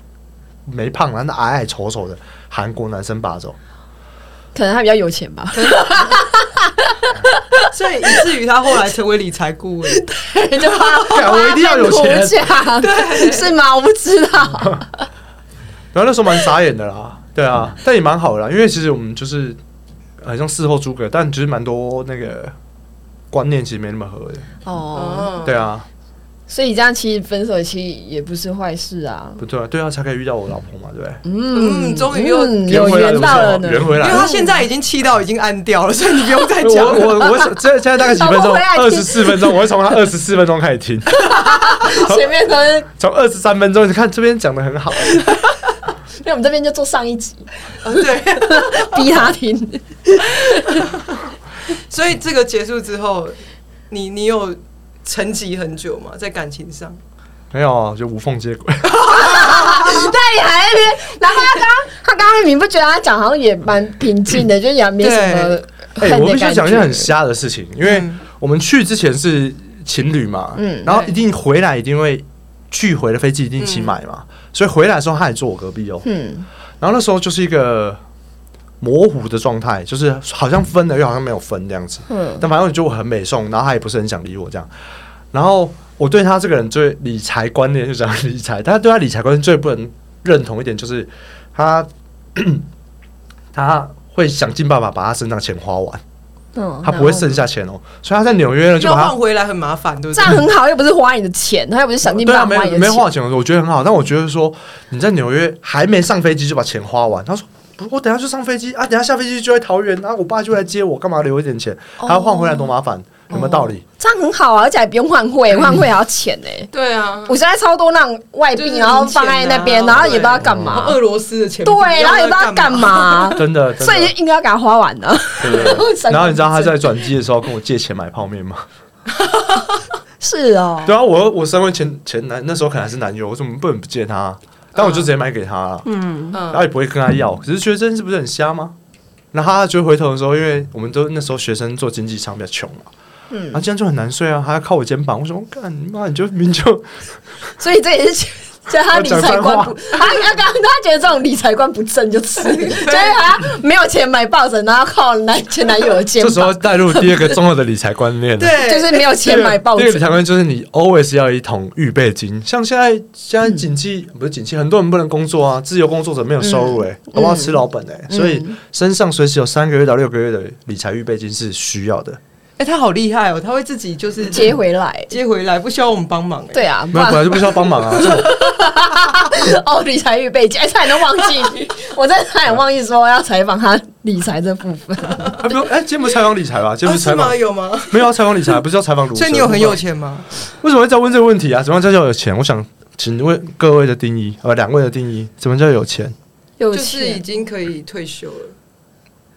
S1: 没胖，然后矮矮丑丑的韩国男生拔走，
S3: 可能他比较有钱吧，
S2: 所以以至于他后来成为理财顾问。
S3: 就怕
S1: 干我一定要有钱
S3: 怕他变土匠，是吗？我不知道，
S1: 然后那时候蛮傻眼的啦，对啊，但也蛮好的啦，因为其实我们就是呃很像事后诸葛，但其实蛮多那个观念其实没那么合的，
S3: 哦，
S2: 哦，
S1: 对啊，
S3: 所以这样其实分手其实也不是坏事啊，
S1: 不对啊，对啊，才可以遇到我老婆嘛，对不对？
S2: 嗯终于又
S3: 嗯
S1: 圆
S3: 有
S1: 回来了
S3: 缘到了呢，
S1: 圆回
S2: 因
S1: 来
S2: 为
S1: 了
S2: 他现在已经气到已经按掉了，所以你不用再 讲
S1: 我
S2: 了。
S1: 我我现现在大概几 分
S3: 老婆
S1: 钟？
S3: 回来
S1: 二
S3: 听
S1: 十四分钟，我会从他二十四分钟开始 听，
S3: 前面都是
S1: 从二十三分钟你看这边讲的很好，
S3: 为我们这边就做上一集，
S2: 呃，对，
S3: 逼他 听。
S2: 所以这个结束之后，你你有沉寂很久吗？在感情上？
S1: 没有啊，就无缝接轨。
S3: 但你还在那边，然后他刚嗯刚他刚刚你不觉得他讲好像也蛮平静的，就也没什么
S1: 哎、
S3: 恨的感觉。
S1: 我必须讲一件很瞎的事情，因为我们去之前是情侣嘛，
S3: 嗯
S1: 然后
S2: 对
S1: 一定回来一定会去回的飞机一定一起买嘛，所以回来的时候他也坐我隔壁哦，
S3: 嗯，
S1: 然后那时候就是一个模糊的状态，就是好像分了又好像没有分这样子，
S3: 嗯
S1: 但反正我觉得我很美送，然后他也不是很想理我这样，然后我对他这个人最理财观念就讲理财，但是对他理财观念最不能认同一点就是他 他会想尽办法把他身上钱花完。
S3: 嗯，
S1: 他不会剩下钱哦，所以他在纽约呢就
S2: 要
S1: 把
S2: 换
S1: 他
S2: 回来很麻烦，对不
S3: 嗯这
S2: 对
S3: 样？很好，又不是花你的钱，他又不是想尽
S1: 对啊，
S3: 办
S1: 没
S3: 法花你的
S1: 没
S3: 钱。
S1: 花我钱，我觉得很好。但我觉得说你在纽约还没上飞机就把钱花完，他说不，我等一下就上飞机啊，等一下下飞机就在桃园啊，我爸就来接我，干嘛留一点钱，还要换回来多麻烦，有没有道理？
S3: 这样很好啊，而且还不用换汇，换汇还要钱呢、
S2: 对啊，
S3: 我现在超多那种外
S2: 就是
S3: 币，
S2: 零
S3: 然后放在那边，
S2: 钱啊哦
S3: 然后也不知道干
S2: 然
S3: 嘛
S2: 后，俄罗斯的钱不
S3: 对，然后也不知道干。嘛，
S1: 真的，真
S3: 哦 所以
S1: 的。
S3: 就应该要给他花完了。
S1: 对对对
S3: 神
S1: 然后你知道他
S3: 经
S1: 在转机的时候跟我借钱买泡面吗？
S3: 是哦，
S1: 对啊，我我身为前前男那时候可能还是男友，我怎么不能不借他啊？但我就直接买给他了。然后
S2: 嗯，
S1: 也不会跟他要，只是学生是不是很瞎吗？然后他就回头的时候，因为我们都那时候学生做经济舱比较穷嘛，嗯，然后这样就很难睡啊，他要靠我肩膀，我说干你妈，你就明就
S3: 所以这也是。就他理财观不，他他刚他觉得这种理财观不正，就是就是他没有钱买抱枕，然后靠男前男友的 肩
S1: 这时候
S3: 膀，
S1: 带入第二个重要的理财观念了，啊
S2: 对，
S3: 就是没
S1: 第
S3: 有
S1: 二
S3: 钱
S1: 个，
S3: 买抱
S1: 第二个理财
S3: 枕。
S1: 观念就是你 always 要有一桶预备金，像现在现在景气、
S2: 嗯
S1: 不是景气，很多人不能工作啊，自由工作者没有收入哎、欸，我、要吃老本哎、欸，
S2: 嗯
S1: 所以身上随时有三个月到六个月的理财预备金是需要的。
S2: 哎，他好厉害哦，他会自己就是
S3: 接回来。
S2: 接回来，不需要我们帮忙。哎，
S3: 对啊，不
S1: 没有，
S3: 然
S1: 本来就不需要帮忙 啊，这种
S3: 哦，理财预备金，哎，差点都忘 记，我真的差点忘记说要采访他理财这部 分。
S1: 啊，不用，哎、今天不是采访理财吧？今天
S2: 啊
S1: 不是采
S2: 是
S1: 访、
S2: 吗？有吗？
S1: 没有要采访理财，不是要采访卢。
S2: 所以你有很有？钱吗？
S1: 为什么会在问这个问题啊？什么叫叫有钱？我想请问各位的定义，呃，两位的定义，什么叫有钱？
S3: 有
S2: 就是已
S3: 钱，
S2: 经可以退休了，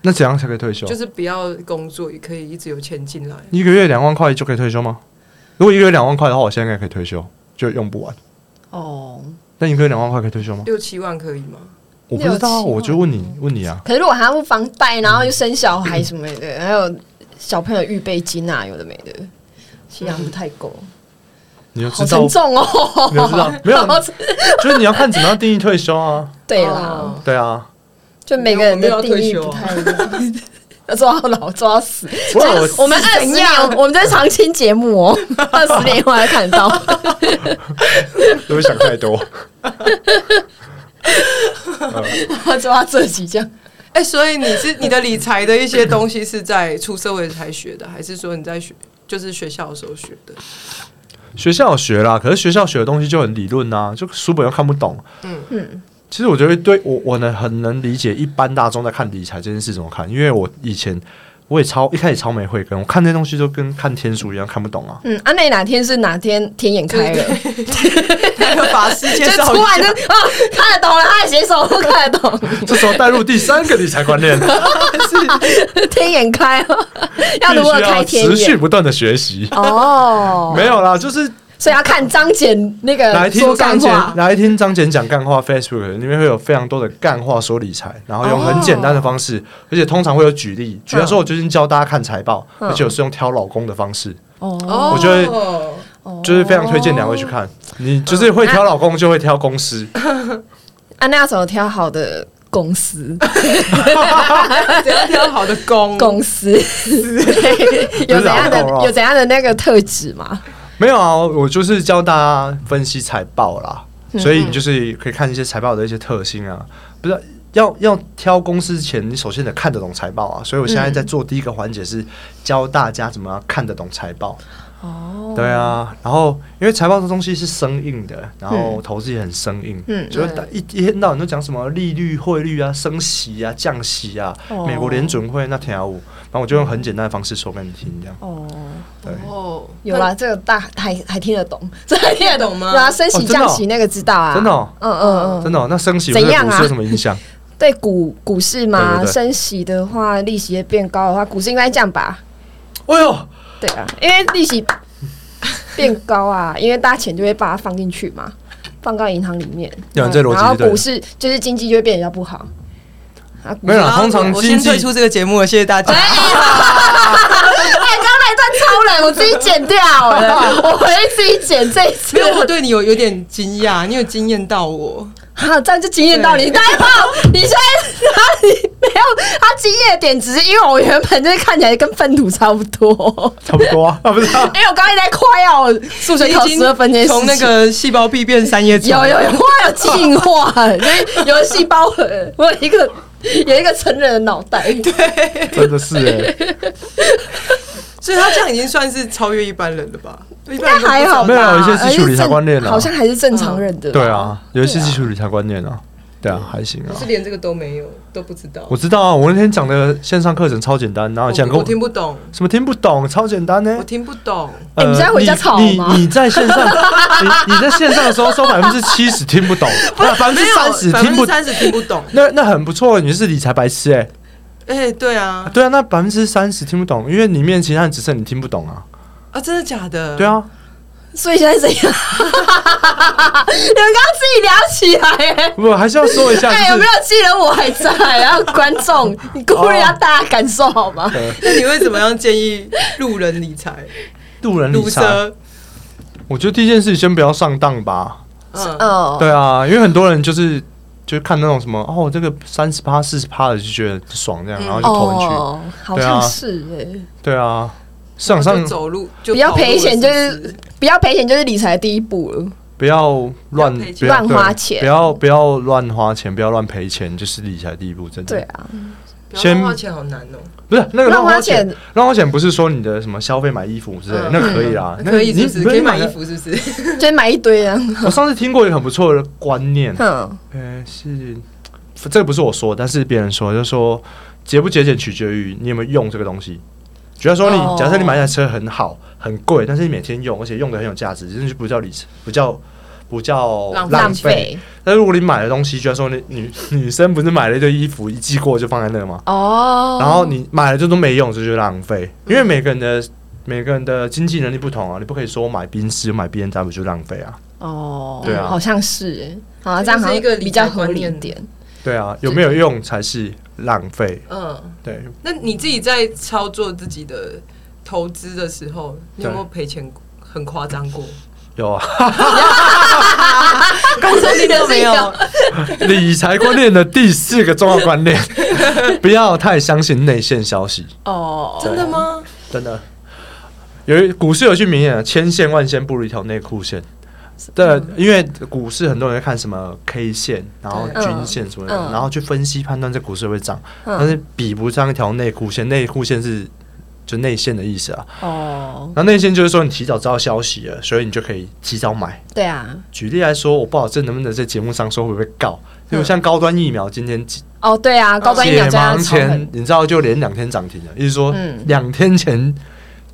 S1: 那怎样才可以退休？
S2: 就是不要工作，也可以一直有钱进来。
S1: 一个月两万块就可以退休吗？如果一个月两万块的话，我现在应该可以退休，就用不完。
S3: 哦，
S1: 那一个月两万块可以退休吗？
S2: 六七万可以吗？
S1: 我不知道啊，
S3: 六七万
S1: 我就问你，问你啊。
S3: 可是如果他不房
S2: 嗯
S3: 贷，然后又生小孩什么的，还有小朋友预备金啊，有的没的，其实好像不太够，
S1: 你就
S3: 好
S1: 知道
S3: 沉，重哦。
S1: 你就知道没有
S3: 好沉
S1: 就是你要看怎么样定义退休啊。
S3: 对啦，
S2: 哦，
S1: 对啊，
S3: 就每个人的定义
S2: 我
S3: 不
S2: 没
S3: 太一样。要做到老，做到死。
S1: 不然我
S3: 我们二十年，我们这是长青节目哦，二十年以后才看 得到。
S1: 有没有想太多？
S3: 要做到这几项，
S2: 哎、所以你是你的理财的一些东西是在出社会才学的，还是说你在学就是学校的时候学 的？
S1: 学校有学啦，可是学校学的东西就很理论啊，就书本又看不懂。
S2: 嗯
S1: 嗯，其实我觉得对我我能很能理解一般大众在看理财这件事怎么看，因为我以前我也超一开始超没慧根，我看那东西就跟看天书一样看不懂啊。
S3: 嗯，阿、啊、内哪天是哪天天眼开了，
S2: 还有法师介
S3: 就
S2: 绍
S3: 突然就啊看得懂了，他的写手都看得懂。
S1: 这时候带入第三个理财观念，
S3: 天眼开哦，要
S1: 必
S3: 如何
S1: 须
S3: 开
S1: 要
S3: 天
S1: 持续
S3: 眼？
S1: 不断的学习。
S3: 哦，
S1: 没有啦，就是
S3: 所以要看张简那
S1: 来
S3: 个
S1: 听
S3: 哦说
S1: 张
S3: 干
S1: 简
S3: 话，
S1: 来听张简讲干话，Facebook 里面会有非常多的干话说理财，然后用很简单的方式，
S3: 哦
S1: 而且通常会有举例。举例说，我最近教大家看财报，
S3: 嗯
S1: 而且我是用挑老公的方式，
S2: 哦，
S1: 我觉得
S3: 哦
S1: 就是非常推荐两位去看。你就是会挑老公，就会挑公司。
S3: 安啊娜要怎么挑好的公司？
S2: 哦怎样挑好的 工
S3: 公司有怎样的
S1: 不是啊
S3: 有怎样的那个特质吗？
S1: 没有啊，我就是教大家分析财报啦，
S3: 嗯
S1: 所以你就是可以看一些财报的一些特性啊，不是。要要挑公司前，你首先得看得懂财报啊，所以我现在在做第一个环节是教大家怎么样看得懂财报。
S3: 哦，
S1: 对啊，然后因为财报这东西是生硬的，然后
S3: 嗯
S1: 投资也很生硬，
S3: 嗯
S1: 就是
S3: 嗯
S1: 大一一天到晚都讲什么利率、汇率啊、升息啊、降息啊，
S3: 哦
S1: 美国联准会那条舞，然后我就用很简单的方式说给你听，这样
S3: 哦，
S1: 对。
S2: 哦，
S3: 有 啦，这个大还还听得懂，这还听得
S2: 懂吗
S3: 对啊，升息
S1: 哦真的
S3: 降
S1: 哦
S3: 息那个知道啊，
S1: 真的哦
S3: 嗯嗯嗯，
S1: 真的哦、那升息对
S3: 怎样
S1: 股
S3: 啊
S1: 市有什么影 响？
S3: 对股股市嘛，
S1: 对对对
S3: 升息的话，利息也变高的话，股市应该降吧？
S1: 哎呦，
S3: 对啊，因为利息变高啊， 因为大家钱就会把它放进去嘛，放到银行里面。嗯
S1: 对啊这逻辑
S3: 然后
S1: 是对的
S3: 股市就是经济就会变得比较不好。啊，股
S1: 没有啦，
S2: 然后
S1: 通常
S2: 我
S1: 经
S2: 先
S1: 济
S2: 退出这个节目了，谢谢大家。
S3: 哎，刚刚那一段超冷，我自己剪掉了，我回去自己剪这一次
S2: 没。有，我对你有有点惊讶，你有惊艳到我。
S3: 好，这样就惊艳到你。
S2: 对
S3: 大家好，你现在哪里 没有？他惊艳的点只是因为我原本就是看起来跟粪土差不多。
S1: 差不多啊，啊不是、啊，
S3: 因为我刚才在夸耀我 数学
S2: 你已
S3: 考
S2: 经
S3: 十二分这件事情
S2: 从那个细胞壁变三叶草，
S3: 有 有有， 我有进化，就是有细胞核，我有一个有一个成人的脑袋。对，
S1: 真的是哎、
S2: 所以他这样已经算是超越一般人了吧？一般人
S3: 但
S2: 都不
S3: 还好吧，
S1: 没有有一些基础理财
S3: 正
S1: 观念啊
S3: 好像还是正常人的。
S1: 对，啊，有一些基础理财观念啊，对啊，还行啊
S2: 我。是连这个都没有，都不知道。
S1: 我知道啊，我那天讲的线上课程超简单，然后
S2: 我
S1: 你哦讲跟
S2: 哦我
S1: 我
S2: 听不懂，
S1: 什么听不懂，超简单呢、呃
S2: 我听不懂。
S3: 哎你现在回家吵
S1: 你
S3: 吗
S1: 你你在线上，你你在线上的时候收百分之七十听不懂，那百分之三十听不，
S2: 三十听不懂。
S1: 那那很不错，你是理财白痴哎、
S2: 哎，对啊，
S1: 对啊，那百分之三十听不懂，因为里面其他人只剩你听不懂啊。
S2: 啊，真的假的？
S1: 对，啊，
S3: 所以现在怎样？ 你们刚刚自己聊起来、欸。
S1: 我还是要说一下，
S3: 哎、有
S1: 就
S3: 没
S1: 是
S3: 有记得我还在？然后观众，你顾虑一下大家感受好吗？
S1: 呃
S2: 那你会怎么样建议路人理 财？
S1: 路人
S2: 路
S1: 理财，
S2: 蛇，
S1: 我觉得第一件事先不要上当吧。
S2: 嗯，
S3: 哦，
S1: 对啊，因为很多人就是就看那种什么哦，这个三十趴、四十趴的就觉得爽这样，然后就投进去。
S3: 嗯哦，好像是哎、
S1: 对啊，市场
S2: 就
S1: 上
S2: 走路就
S3: 不要
S2: 跑路了
S3: 赔钱就
S2: 不
S3: 是不要赔钱就是理财的第一步了。
S1: 不要乱
S2: 不要赔
S1: 不
S2: 钱
S1: 要
S3: 乱花
S1: 对啊
S3: 钱
S1: 不要不要乱花钱，不要乱赔钱，就是理财第一步，真的。
S3: 对，啊，
S2: 不要
S1: 先
S2: 乱花钱好难哦。
S1: 不是那个
S3: 乱
S1: 乱
S3: 花
S1: 花钱
S3: 钱，
S1: 乱花钱不是说你的什么消费买衣服之类的，
S2: 嗯
S1: 那可以啊啦，那
S2: 可以
S1: 你
S2: 是不是？
S1: 你不
S2: 可以
S1: 是
S2: 买
S1: 了
S2: 衣。服是不是？
S3: 就是买一堆啊。
S1: 我上次听过一个很不错的观念，
S3: 哼，
S1: 呃，是这个不是我说，但是别人说，就是说节不节俭取决于你有没有用这个东西。比如说你，
S3: 哦
S1: 假设你买一台车很好很贵，但是你每天用，而且用的很有价值，这就不叫理，不叫不叫
S2: 浪
S1: 浪
S3: 浪费
S1: 但如果你买的东西，就像说你女女生不是买了一堆衣服，一季过就放在那吗？
S3: 哦。
S1: 然后你买了就都没用，这就是浪费。因为每个人
S3: 嗯
S1: 的每个人的经济能力不同啊，你不可以说我买宾士买 B N W 就浪费啊。
S3: 哦，
S1: 对啊
S3: 好像是欸，好啊，
S2: 这
S3: 这样
S2: 就是
S3: 好像
S2: 一个理
S3: 比较
S2: 财
S3: 合
S2: 观
S3: 理一
S2: 念
S3: 点。
S1: 对啊，有没有用才是浪费。
S2: 嗯，
S1: 对，
S2: 那你自己在操作自己的投资的时候，你有没有赔钱很夸张过？
S1: 有啊，
S2: 刚才你都没 有，
S1: 啊 理财观念的第四个重要观 念，不要太相信内线消息，
S3: 哦，
S2: 真的吗？
S1: 真的。有一股市有句名言啊，千线万线不如一条内裤线。对，
S3: 嗯
S1: 因为股市很多人会看什么 K 线，然后
S3: 对
S1: 均线什么的，
S3: 嗯嗯
S1: 然后去分析判断这股市会不会涨，
S3: 嗯
S1: 但是比不上一条内裤线。内裤线是就内线的意思啊，
S3: 哦，
S1: 那内线就是说你提早知道消息了，所以你就可以提早买。
S3: 对啊，
S1: 举例来说，我不好这能不能在节目上说会不会告，因为
S3: 嗯
S1: 像高端疫苗今天
S3: 哦，对啊，高端疫苗
S1: 解
S3: 加
S1: 盲
S3: 超
S1: 前
S3: 很，
S1: 你知道就连两天涨停了，意思说
S3: 嗯
S1: 两天前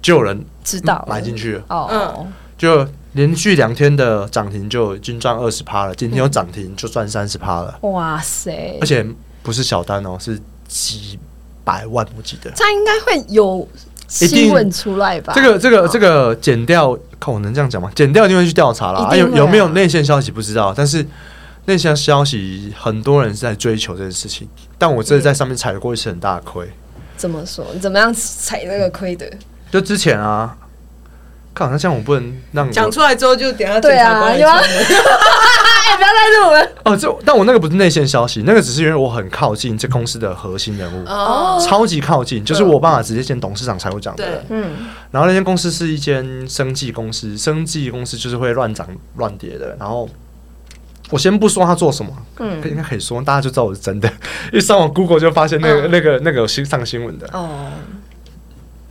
S1: 就有人
S3: 知道
S1: 买进去了，
S3: 哦
S2: 嗯，
S1: 就连续两天的涨停就已经赚二十趴了，今天有涨停就赚三十趴了，
S2: 嗯
S3: 哇塞
S1: 而，且不是小单哦，是几百万，我记得。
S3: 这样应该会有
S1: 一定
S3: 新闻出来吧？哦
S1: 这个这个这个减掉，看我能这样讲吗？减掉一定会去调查啦，
S3: 一定
S1: 有
S3: 会啊
S1: 有没有内线消息不知道，但是内线消息很多人是在追求这件事情，但我真的在上面踩过一次很大的亏。
S3: 怎么说？你怎么样踩那个亏的？
S1: 就之前啊，看那这样我不能让我
S2: 讲出来之后就等下
S3: 对
S2: 检察
S3: 啊，
S2: 官
S3: 有啊，
S2: 来
S3: 哎，不要再录了。
S1: 哦，这但我那个不是内线消息，那个只是因为我很靠近这公司的核心人物，
S2: 哦，嗯
S1: 超级靠近，就是我爸爸直接见董事长才会讲的
S2: 对
S1: 人。，
S3: 嗯，
S1: 然后那间公司是一间生技公司，生技公司就是会乱涨乱跌的。然后我先不说他做什么，
S3: 嗯
S1: 嗯，应该可以说，大家就知道 我是真的。一上网 Google 就发现那个、
S2: 嗯
S1: 那个那个有新上新闻的，
S3: 哦，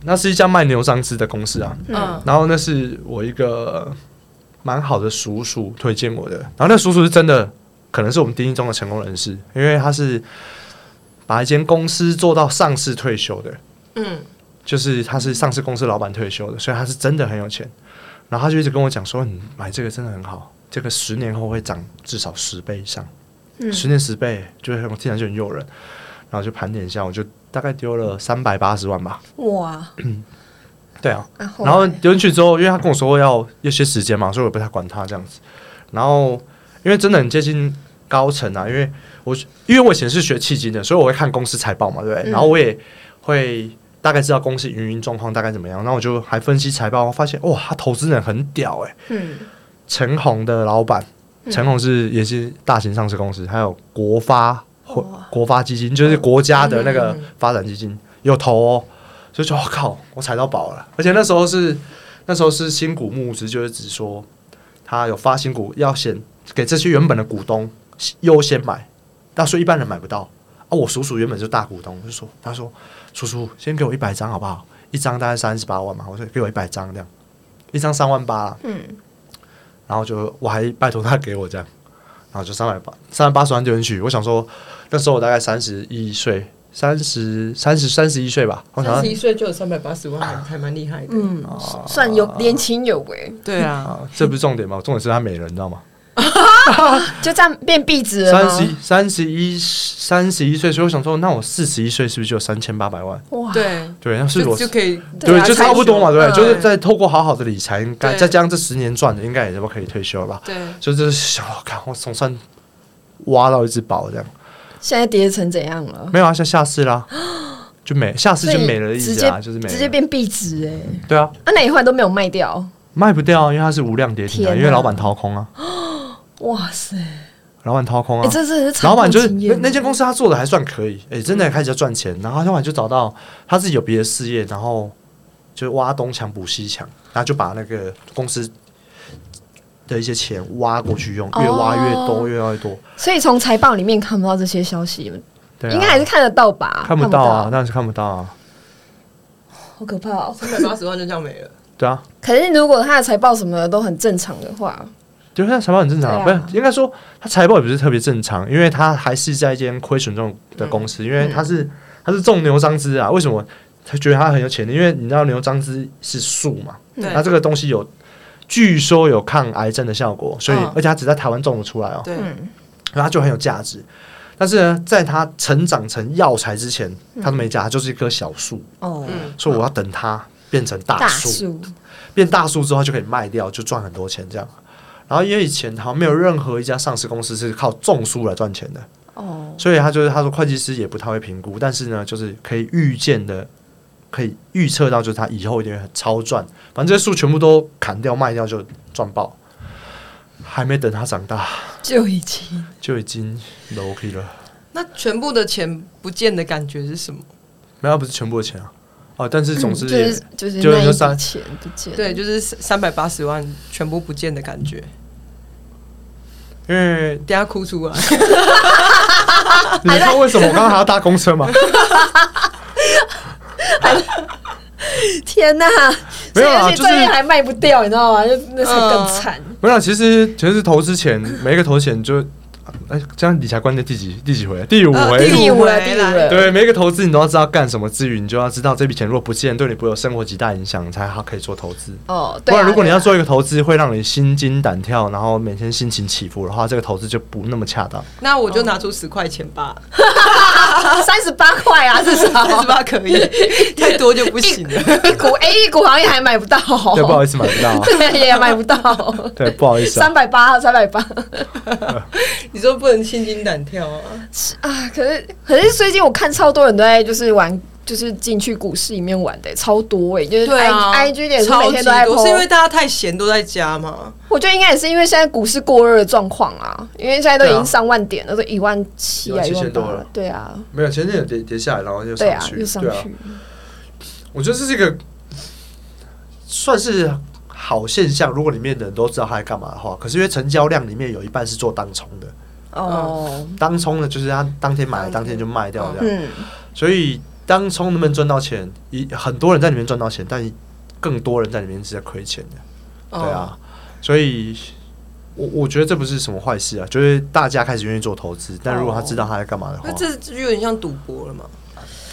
S1: 那是一家卖牛樟芝的公司啊。
S2: 嗯
S1: 然后那是我一个蛮好的叔叔推荐我的，然后那叔叔是真的，可能是我们定义中的成功人士，因为他是把一间公司做到上市退休的，
S2: 嗯，
S1: 就是他是上市公司老板退休的，所以他是真的很有钱。然后他就一直跟我讲说，你买这个真的很好，这个十年后会涨至少十倍以上，
S3: 嗯
S1: 十年十倍，就是很听起来就很诱人。然后就盘点一下，我就大概丢了三百八十万吧。
S3: 哇，
S1: 对啊，
S3: 然
S1: 然后丢进去之后，因为他跟我说要一些时间嘛，所以我不太管他这样子。然后因为真的很接近高层啊，因为我因为我以前是学契金的，所以我会看公司财报嘛，对不对？
S3: 嗯
S1: 然后我也会大概知道公司运营状况大概怎么样。然后我就还分析财报，我发现哇，他投资人很屌哎、
S3: 嗯
S1: 陈红的老板，陈红是也是大型上市公司，还有国发会
S3: 哇
S1: 国发基金，就是国家的那个发展基金有投哦，所以就我、靠，我踩到宝了。而且那时候是那时候是新股募资，就是指说他有发新股，要先给这些原本的股东优先买，但所以一般人买不到。啊，我叔叔原本是大股东，我就说他说叔叔先给我一百张好不好？一张大概三十八万嘛，我说给我一百张这样，一张三万八啦。
S3: 嗯，
S1: 然后就我还拜托他给我这样，然后就三百八三百八十万丢进去。我想说，那时候我大概三十一岁，三十三十三十一岁吧。我想啊
S2: 三
S1: 说
S2: 十一岁就有三百八十万，还蛮厉害的。嗯，
S1: 哦
S3: 算有年轻有为，
S2: 对啊，
S1: 啊，这不是重点吗？重点是他美人，你知道吗？
S3: 就这样变壁纸
S2: 啊
S3: 了
S1: 三
S3: 吗
S1: 十一三十一三十一岁，所以我想说，那我四十一岁是不是就有三千八百万？
S3: 哇，
S2: 对，
S1: 对，那是
S2: 就
S1: 我
S2: 就可以
S3: 对
S1: 对
S3: 啊
S1: 就差不多嘛，对不
S3: 退
S1: 对？
S3: 休
S1: 就是在透过好好的理财，应该
S2: 对
S1: 再加上这十年赚的，应该也差不多可以退休了吧？
S2: 对，
S1: 就就是想，我看我总算挖到一只宝这样。
S3: 现在跌成怎样了？
S1: 没有啊，像下次 啦，就没下次就没了的意
S3: 直
S1: 思
S3: 接
S1: 啊，就是没了
S3: 直接变壁纸哎、
S1: 对啊，
S3: 啊，那你后来都没有卖掉？
S1: 卖不掉啊，因为它是无量跌停啊，
S3: 天哪
S1: 因为老板掏空啊，
S3: 哇塞，哎、
S1: 老板掏空啊，
S3: 这真的是惨
S1: 老板就是
S3: 痛经
S1: 那
S3: 验嗯
S1: 那间公司他做的还算可以，哎、真的开始要赚钱，然后他后来就找到他自己有别的事业，然后就挖东墙补西墙，然后就把那个公司。的一些钱挖过去用，
S3: 哦
S1: 越挖越多，越挖越多。
S3: 所以从财报里面看不到这些消息，
S1: 对、啊，
S3: 应该还是看得到吧？
S1: 看不到啊，，当然是看不到啊。
S3: 好可怕哦。
S2: 三百八十万就这样没了。
S1: 对啊，
S3: 可是如果他的财报什么的都很正常的话，
S1: 就是他财报很正常、
S3: 对啊
S1: 不是应该说他财报也不是特别正常，因为他还是在一间亏损中的公
S3: 嗯
S1: 司，因为他是他是种牛樟芝啊，为什么他觉得他很有潜力？因为你知道牛樟芝是树嘛，
S3: 嗯
S2: 对
S1: 啊那这个东西有据说有抗癌症的效果，所以、
S2: 嗯
S1: 而且他只在台湾种得出来哦，
S2: 对，
S3: 嗯，
S1: 然后它就很有价值。但是呢，在它成长成药材之前，它都没价，它就是一棵小树，
S3: 哦，
S2: 嗯，
S1: 所以我要等它变成大
S3: 大
S1: 树。
S3: 树，
S1: 变大数之后它就可以卖掉，就赚很多钱这样。然后因为以前好像没有任何一家上市公司是靠种书来赚钱的，
S3: 哦，
S1: 所以他就是他说会计师也不太会评估，但是呢，就是可以预见的，可以预测到就是他以后一定会很超赚，反正这些树全部都砍掉卖掉就赚爆。还没等他长大，
S3: 就已经
S1: 就已经 low key 了。
S2: 那全部的钱不见的感觉是什么？
S1: 没有，不是全部的钱啊，哦，但是总之
S3: 就
S1: 也、
S3: 是就是
S1: 就是
S3: 那一
S1: 说三
S3: 笔钱不
S1: 嗯
S3: 见，
S2: 对，就是三百八十万全部不见的感觉，
S1: 因为
S2: 等一下哭 出来。
S1: 你知道为什么我刚刚还要搭公车吗？
S3: 天哪，
S1: 没有
S3: 而
S1: 啊，
S3: 且
S1: 就
S3: 对
S1: 是
S3: 面还卖不掉，你知道吗？就那是
S2: 嗯
S3: 更惨，
S1: 没有啦，其实其实投资前每一个投资前就，哎，这样理财观念第几第几回？第五
S2: 呃
S1: 回。
S2: 第
S3: 第
S2: 五
S3: 五
S2: 回
S3: 了，第五
S2: 来
S3: 了，
S1: 对，每一个投资你都要知道干什么之余，你就要知道这笔钱如果不见，对你不会有生活极大影响，才好可以做投资。
S3: 哦，
S1: 不
S3: 对啊，
S1: 然，如果你要
S3: 对啊
S1: 做一个投资，会让你心惊胆跳，然后每天心情起伏的话，这个投资就不那么恰当。
S3: 哦
S2: 那我就拿出十块钱吧，
S3: 三十八块 啊，至少
S2: 三十八可 以，太多就不行了。
S3: 一股 A 一股好像也还买不到，
S1: 对，不好意思，买不到啊。
S3: 对，也买不到，
S1: 对，不好意思啊
S3: 三。百八，三百八
S2: 你说不能心惊胆跳啊？
S3: 啊！可是可是最近我看超多人都在就是玩，就是进去股市里面玩的、超多哎、就是 I、I G 也是每天都在
S2: 超级多是因为
S3: po，
S2: 大家太闲都在家嘛。
S3: 我觉得应该也是因为现在股市过热的状况啊，因为现在都已
S1: 对
S3: 经
S1: 啊
S3: 上万点了，都一万七啊，
S1: 17,000
S3: 一万八
S1: 多了，
S3: 对啊，
S1: 没有，前天有跌跌下来，然后又
S3: 对啊，又上去，
S1: 我觉得这是一个算是好现象。如果里面的人都知道他在干嘛的话，可是因为成交量里面有一半是做当冲的，
S3: 哦，
S1: 当冲的就是他当天买，当天就卖掉这样，
S3: 嗯，
S1: 所以当冲能不能赚到钱？一很多人在里面赚到钱，但更多人在里面是在亏钱的。
S2: 哦
S1: 对啊，所以我我觉得这不是什么坏事啊，就是大家开始愿意做投资，但如果他知道他在干嘛的话
S2: 那，这这就有点像赌博了嘛？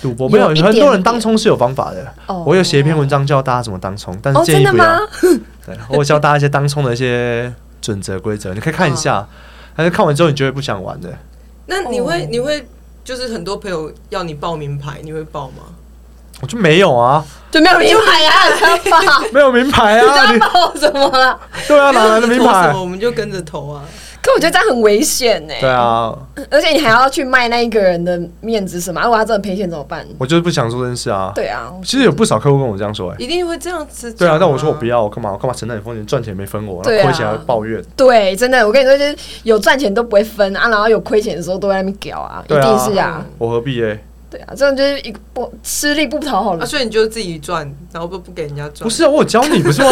S1: 赌博
S3: 有
S1: 没有
S3: 一
S1: 很
S3: 点
S1: 多人当冲是有方法的。
S3: 哦
S1: 我有写一篇文章教大家怎么当冲，但
S3: 哦，
S1: 是建
S3: 真
S1: 议
S3: 的
S1: 不要。
S3: 吗？
S1: 对，我教大家一些当冲的一些准则规则，你可以看一下，但是看完之后你就会不想玩的。
S2: 那你会、
S3: 哦
S2: 你会就是很多朋友要你报名牌，你会报吗？
S1: 我就没有啊，
S3: 就没有名牌啊，他爸，
S1: 没有名牌啊，
S3: 他
S1: 你
S3: 爸我怎么了？
S1: 对啊，哪来的
S2: 就是
S1: 名
S2: 投什
S1: 牌
S2: 么？我们就跟着投啊。
S3: 可我觉得这样很危险呢、
S1: 对啊，
S3: 而且你还要去卖那一个人的面子什么？啊如果他真的赔钱怎么办？
S1: 我就是不想做这件事啊。
S3: 对啊，
S1: 其实有不少客户跟我这样说，哎，
S2: 一定会这样子、
S1: 对啊，但我说我不。要，我干嘛？我干嘛承担你风险？赚钱没分我，然
S3: 对啊
S1: 后亏钱还抱怨。
S3: 对，真的，我跟你说，就是有赚钱都不会分啊，然后有亏钱的时候都在那边屌啊，一
S1: 对啊
S3: 定是啊，
S1: 我何必哎、
S3: 对啊，这种就是一个不吃力不讨好
S2: 啊，
S3: 的。
S2: 所以你就自己赚，然后不不给人家赚。
S1: 不，是啊，我有教你不是 吗？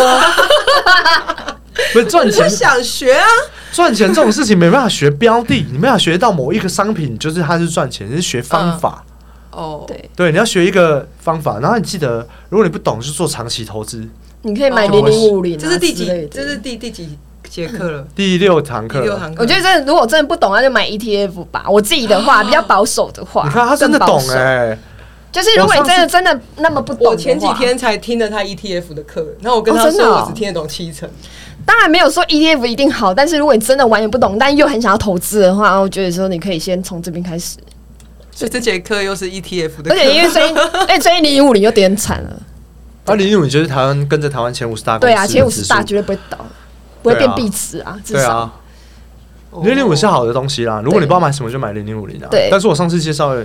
S1: 不是赚
S2: 你就
S1: 钱，
S2: 想学啊。
S1: 赚钱这种事情没办法学标的，你没办法学到某一个商品，就是它是赚钱，是学方
S3: 嗯
S1: 法。
S2: 哦，
S3: 对，
S1: 对，你要学一个方法，然后你记得，如果你不懂，就做长期投资。
S3: 你可以买
S2: 哦
S3: 零零五零，啊
S2: 这是第几？
S3: 这
S2: 这是第第几节课了？
S1: 第六堂
S2: 第
S1: 课，
S2: 六堂课。
S3: 我觉得真的，如果真的不懂，那就买 ETF 吧。我自己的话，比较保守的话，
S1: 你看啊他真的
S3: 更保
S1: 懂
S3: 守
S1: 哎、
S3: 就是如果你
S1: 我上
S3: 真
S1: 次
S3: 的真的那么不懂的话，
S2: 我前几天才听了他 ETF 的课，然后我跟
S3: 哦
S2: 他
S3: 真的
S2: 说
S3: 哦
S2: 我只听得懂七成，
S3: 当然没有说 ETF 一定好，但是如果你真的完全不懂，但又很想要投资的话，我觉得说你可以先从这边开始。
S2: 所以这节课又是 ETF 的课。
S3: 而且因 为最近，而且最近零零五零有点惨了，
S1: 啊，林永你就是台湾跟着台湾前五十大公司
S3: 对啊，
S1: 的
S3: 前五十
S1: 指
S3: 大
S1: 数
S3: 绝对不会倒，不会变
S1: 对啊
S3: 壁纸啊，至
S1: 对
S3: 少。
S1: 啊，零零五是
S2: 哦
S1: 好的东西啦。如果你
S3: 对
S1: 不知道买什么，就买零零五零啊。
S3: 对
S1: 但是我上次介绍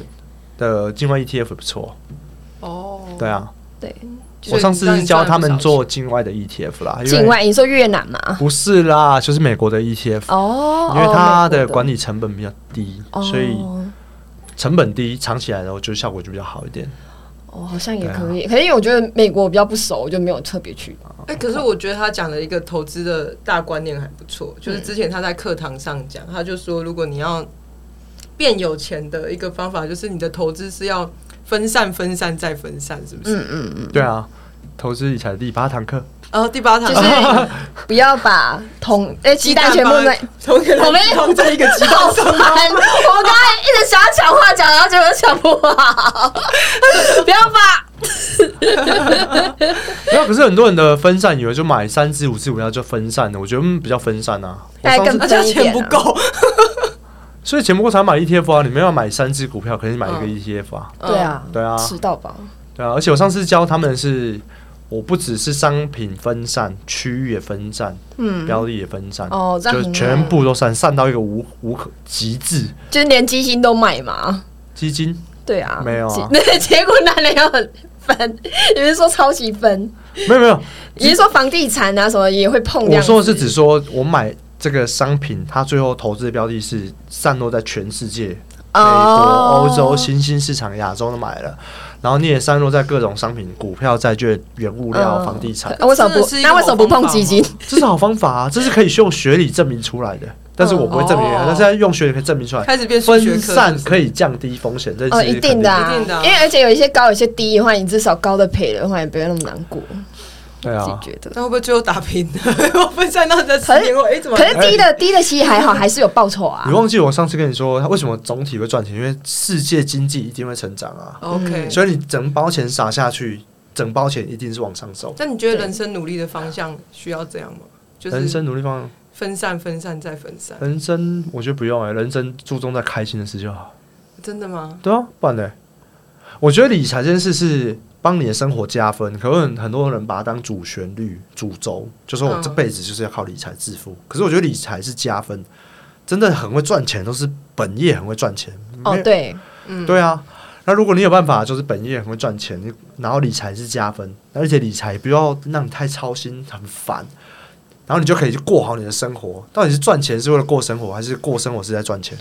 S1: 的 E 境外 ETF 不错，
S2: 哦，
S1: 对啊，
S3: 对，
S2: 就是
S1: 我上次是教他们
S2: 让
S1: 做境外的 ETF 啦，因为
S3: 境外你说越南嘛？
S1: 不是啦，就是美国的 ETF，
S3: 哦，
S1: 因为它
S3: 哦美
S1: 的
S3: 国
S1: 管理成本比较低，
S3: 哦
S1: 所以成本低，藏起来的我觉得效果就比较好一点。
S3: 哦，好像也可
S1: 啊
S3: 以。可是因为我觉得美国我比较不熟，我就没有特别 去。
S2: 你这样讲哎、可是我觉得他讲的一个投资的大观念还不错，
S3: 嗯
S2: 就是之前他在课堂上讲，他就说，如果你要变有钱的一个方法，就是你的投资是要分散、分散再分散，是不是？
S3: 嗯嗯嗯，
S1: 对啊，投资理财的第八堂课，
S2: 然后第八堂
S3: 就是不要把同哎鸡蛋全部
S2: 放
S3: 在
S2: 在。同给
S3: 我们
S2: 放在一个 鸡蛋上。
S3: 烦！我们刚才一直想要抢话讲，然后结果抢不好，不要吧。
S1: 没啊有，可是很多人的分散以为就买三支、五支、股票就分散了，我觉得嗯比较分散啊。我
S3: 大概
S1: 上次
S3: 更
S2: 而且钱不够，
S1: 所以钱不够才买 ETF 啊，你没有买三只股票，可是你买一个
S2: 嗯
S1: ETF 啊，
S2: 嗯
S3: 对，啊，
S1: 对啊
S3: 吃到饱。
S1: 对啊。而且我上次教他们的是，我不只是商品分散，区域也分散，
S3: 嗯，
S1: 标的也分散，
S3: 哦这样
S1: 就
S3: 很
S1: 全部都散，散到一个无无可极致。
S3: 就是连基金都买嘛。
S1: 基金
S3: 对啊，
S1: 没有啊
S3: 那结果哪里有很分？你是说超级分？
S1: 没有没 有，
S3: 你是说房地产啊什么也会碰？
S1: 我说的是指说我买这个商品，它最后投资的标的是散落在全世界，
S3: 哦
S1: 美国、欧洲、新兴市场、亚洲都买了，然后你也散落在各种商品、股票、债券、原物料、
S3: 嗯
S1: 房地产，
S3: 啊为什么
S2: 真
S3: 不
S2: 的是？一个
S3: 那为什么不
S2: 好
S3: 碰
S2: 方法
S3: 基金？
S1: 这是好方法啊，这是可以用学理证明出来的。但是我不会证明给他，
S2: 哦
S1: 但是在用学理可以证明出来。
S2: 开始变数学
S1: 分
S2: 课
S1: 散
S2: 是不是
S1: 可以降低风险，这是
S3: 哦，一定的、啊，
S2: 一定的啊
S3: 因为而且有一些高，有一些低的话，你至少高的赔了的话，也不要那么难过。
S1: 对
S3: 自己
S1: 啊，
S3: 觉得。
S2: 那会不会最后打平？ 我分散到这十
S3: 可
S2: 年后，哎，怎么
S3: 可？是低的低的其实还好，还是有报酬啊
S1: 你。忘记我上次跟你说，它为什么总体会赚钱？因为世界经济一定会成长啊，
S2: OK，
S1: 所以你整包钱撒下去，整包钱一定是往上走。
S2: 那你觉得人生努力的方向需要这样吗？就
S1: 人
S2: 是
S1: 生努力方向，
S2: 分散、分散再分散，
S1: 人生我觉得不用哎、人生注重在开心的事就好。
S2: 真的吗？
S1: 对啊，不然呢？我觉得理财这件事是帮你的生活加分，可能很多人把它当主旋律、主轴，就说我
S2: 嗯
S1: 这辈子就是要靠理财致富。可是我觉得理财是加分，真的很会赚钱，都是本业很会赚钱。
S3: 哦
S1: 没，有
S3: 对，
S2: 嗯，
S1: 对啊。那如果你有办法，就是本业很会赚钱，你然后理财是加分，而且理财不要让你太操心，很烦。然后你就可以去过好你的生活。到底是赚钱是为了过生活，还是过生活是在赚钱？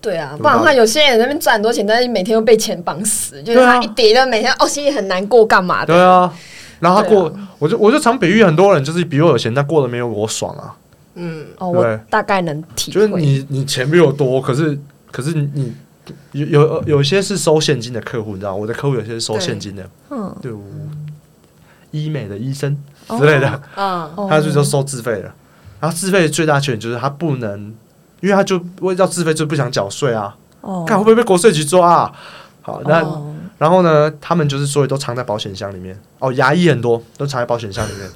S3: 对啊，不然的话，有些人在那边赚很多钱，但是每天又被钱绑死，就是
S1: 对啊
S3: 他一跌就每天哦，心里很难过，干嘛的？
S1: 对啊，然后他过，我就我就常比喻很多人就是比我有钱，但过得没有我爽啊。
S2: 嗯，
S3: 哦，
S1: 对
S3: 我大概能体
S1: 就是
S3: 会。
S1: 你你钱比我多，可是可是你有有有些是收现金的客户，你知道，我的客户有些是收现金的，
S3: 嗯
S1: 对，哦我医美的医生之类的，
S3: 嗯，
S1: 他就是收自费的。然后自费最大缺点就是他不能，因为他就为要自费就不想缴税啊，
S4: 哦
S1: 看会不会被国税局抓啊？好，那、
S4: 哦
S1: 然后呢，他们就是所有都藏在保险箱里面。哦，牙医很多都藏在保险箱里面。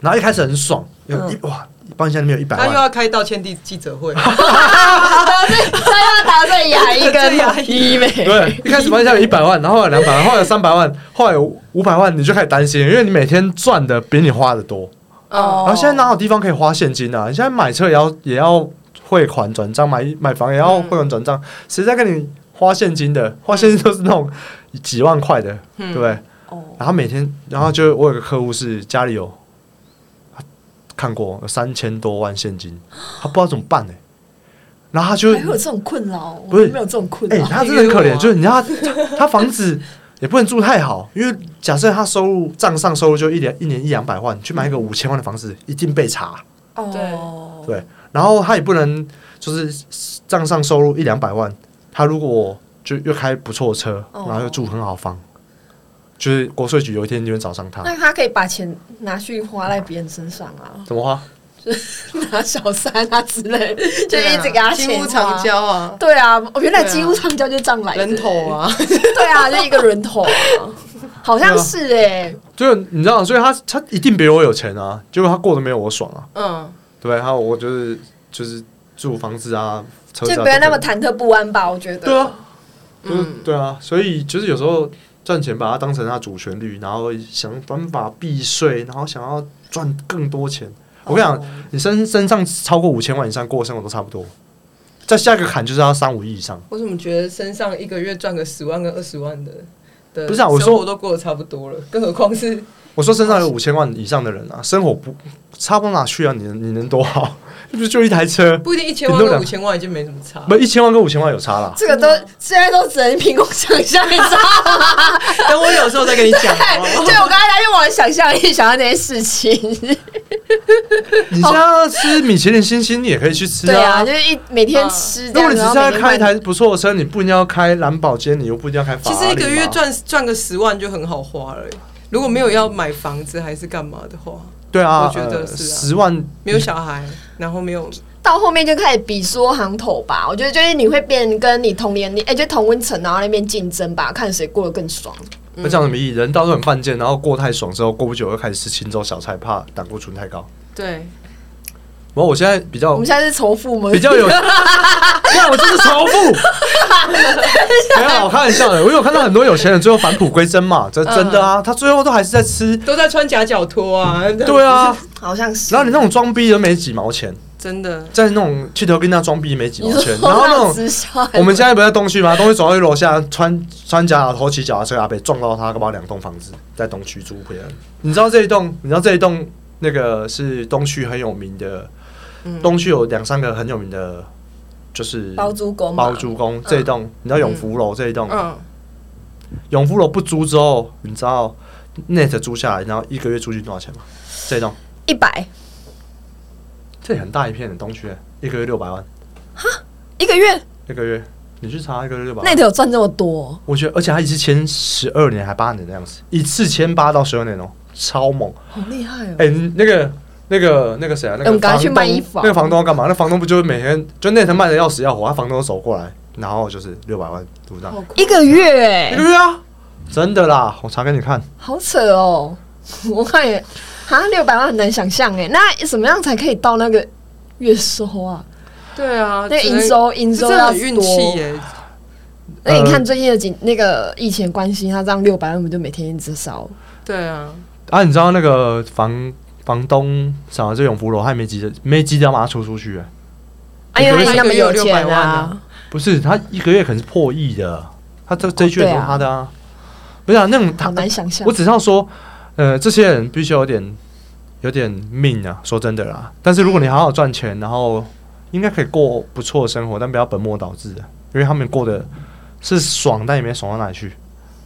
S1: 然后一开始很爽，有一、哇，保险箱里面有一百
S2: 他又
S1: 万，
S2: 要开道歉记记者会，
S3: 他要答对牙医
S2: 对牙
S3: 跟医 美，
S1: 对，一开始保险箱有一百万，然后有两百万，后来有三百万，后来有五百万，你就开始担心，因为你每天赚的比你花的多。
S3: 哦
S1: 然后现在哪有地方可以花现金啊？你现在买车也要也要汇款转账，买买房也
S4: 嗯
S1: 要汇款转账，谁在跟你花现金的？花现金都是那种几万块的，对不对？
S4: 哦，
S1: 然后每天，然后就我有个客户是家里有他看过有三千多万现金，他不知道怎么办呢、欸然后他就
S3: 哎
S4: 还会有这种困扰，
S1: 不是
S4: 我没有这种困
S1: 哎、
S4: 扰。
S1: 他真的很可
S2: 你
S1: 怜，
S2: 约我啊
S1: 就是你知道他他房子也不能住太好，因为假设他收入账上收入就一年一年一两百万，
S4: 嗯
S1: 去买一个五千万的房子一定被查。
S4: 哦，
S1: 对，然后他也不能就是账上收入一两百万，他如果就又开不错的车，
S4: 哦
S1: 然后又住很好房，就是国税局有一天就会找上他。
S3: 那他可以把钱拿去花在别人身上啊，
S1: 怎么花？
S3: 拿小三啊之类， 就
S2: 对
S3: 一
S2: 啊
S3: 直给 他
S2: 金
S3: 钱
S2: 屋藏
S3: 花。
S2: 娇啊，
S3: 对啊，哦原来几乎上交就这样来的
S2: 人头，啊，
S3: 对啊，就一个人 头啊，好像是哎，
S1: 就是你知道，所以他他一定比我有钱啊，结果他过得没有我爽啊，
S2: 嗯，
S1: 对不对？还有我就是就是住房子啊，车子、啊、
S3: 就不要那么
S1: 都可以
S3: 忐忑不安吧，我觉得。嗯
S1: 对啊，就是、对啊，所以就是有时候赚钱把它当成他主旋律，然后想办法避税，然后想要赚更多钱。我跟你讲，你身身上超过五千万以上过的生活都差不多，再下一个坎就是要三五亿以上。
S2: 我怎么觉得身上一个月赚个十万跟二十万的的，
S1: 不是啊我说
S2: 生活都过得差不多了，更何况是
S1: 我说身上有五千万以上的人啊，生活不差不到哪去啊？你能你能多好？ 就就一台车，
S2: 不一定一千万跟五千万已经没什么差，
S1: 不一千万跟五千万有差啦。
S3: 这个都现在都只能凭空想象，你知 道吗？
S2: 等我有时候再跟你讲 好不好。
S1: 哦
S3: 就我刚才在用我的想象力想到那些事情，
S2: 哦
S1: 你现在要吃米其林星星，你也可以去吃
S3: 对
S1: 啊
S3: 啊，就。是一每天吃
S1: 如
S3: 这
S1: 果
S3: 样，
S1: 你只
S3: 然
S1: 是
S3: 后
S1: 要
S3: 每天
S1: 开一台不错的车，你不一定要开兰宝坚尼，又不一定要开法
S2: 其
S1: 拉利
S2: 实一个月
S1: 嘛
S2: 赚赚个十万就很好花了耶，欸如果没有要买房子还是干嘛的话，
S1: 对啊，
S2: 我觉得是啊
S1: 十、10万
S2: 没有小孩，然后没有
S3: 到后面就开始比说行头吧。我觉得就是你会变跟你同年龄，哎、就同温层，然后那边竞争吧，看谁过得更爽。
S1: 那讲什么意义？人到时候很犯贱，然后过太爽之后，过不久又开始吃青州小菜，怕胆固醇太高。
S2: 对，
S1: 然后我现在比较
S3: 我们现在是仇富吗？
S1: 比较 有，那我就是仇富。没有啦，我开玩笑的。我有看到很多有钱人最后返璞归真嘛，这
S3: 嗯
S1: 真的啊，他最后都还是在吃。
S2: 都在穿夹脚拖啊，
S1: 对啊，
S3: 好像是。
S1: 然后你那种装逼都没几毛钱，
S2: 真的，
S1: 在那种去头跟那装逼没几毛
S3: 你
S1: 钱
S3: 说，
S1: 然后那
S3: 那
S1: 种
S3: 直销，
S1: 我们现在不是在东区吗？东区走到一楼下，穿穿假头骑脚踏车阿北撞到他，搞不好两栋房子在东区租回来。你知道这一栋？你知道这一栋那个是东区很有名的，东区有两三个很有名的，就是
S3: 嗯包租公嘛
S1: 包租公这一栋。
S3: 嗯
S1: 你知道永福楼这一栋？
S2: 嗯，
S1: 永福楼不租之后，你知道 net 租下来，然后一个月租金多少钱吗？这一栋
S3: 一百
S1: 这里很大一片的东区，一个月六百万，
S3: 一个月
S1: 一个月你去查一个月六百万
S3: 那。头有赚这么多，
S1: 我觉得，而且他一次签十二年还八年的样子，一次签八到十二年哦、超猛！
S3: 好厉害哦！
S1: 哎、那个、那个、那个谁啊？那
S3: 哎
S1: 个
S3: 我们赶
S1: 房
S3: 快去
S1: 东，
S3: 卖衣服啊
S1: 那个房东要干嘛？那房东不就是每天就那层卖的要死要活，他房东走过来，然后就是六百万入账，
S3: 一个月、
S1: 一
S3: 哎
S1: 个月啊，真的啦，我查给你看。
S3: 好扯哦！ 我看也啊，六百万很难想象哎、那什么样才可以到那个月收啊？
S2: 对啊，
S3: 那
S2: 只能
S3: 营收营收
S2: 这真的
S3: 要
S2: 很运气
S3: 多
S2: 耶，
S3: 那你看
S1: 呃
S3: 最近的景，那个疫情的关系，他这样六百万不就每天一直烧？
S2: 对啊，
S1: 啊，你知道那个房房东啥这永福楼，他也没急着没急着要把它出出去、哎
S3: 啊，因为他
S2: 一
S3: 那
S2: 个
S3: 么
S2: 月有
S3: 有
S2: 六
S3: 钱
S2: 百万
S3: 啊
S2: 啊，
S1: 不是他一个月可能是破亿的，他这这一句
S3: 哦对
S1: 也都是
S3: 啊
S1: 他的啊，不是啊，那种他
S3: 好难想象
S1: 我。只是要说，呃，这些人必须有点有点命啊，说真的啦。但是如果你好好赚钱，然后应该可以过不错的生活，但不要本末倒置啊，因为他们过的是爽，但也没爽到哪里去，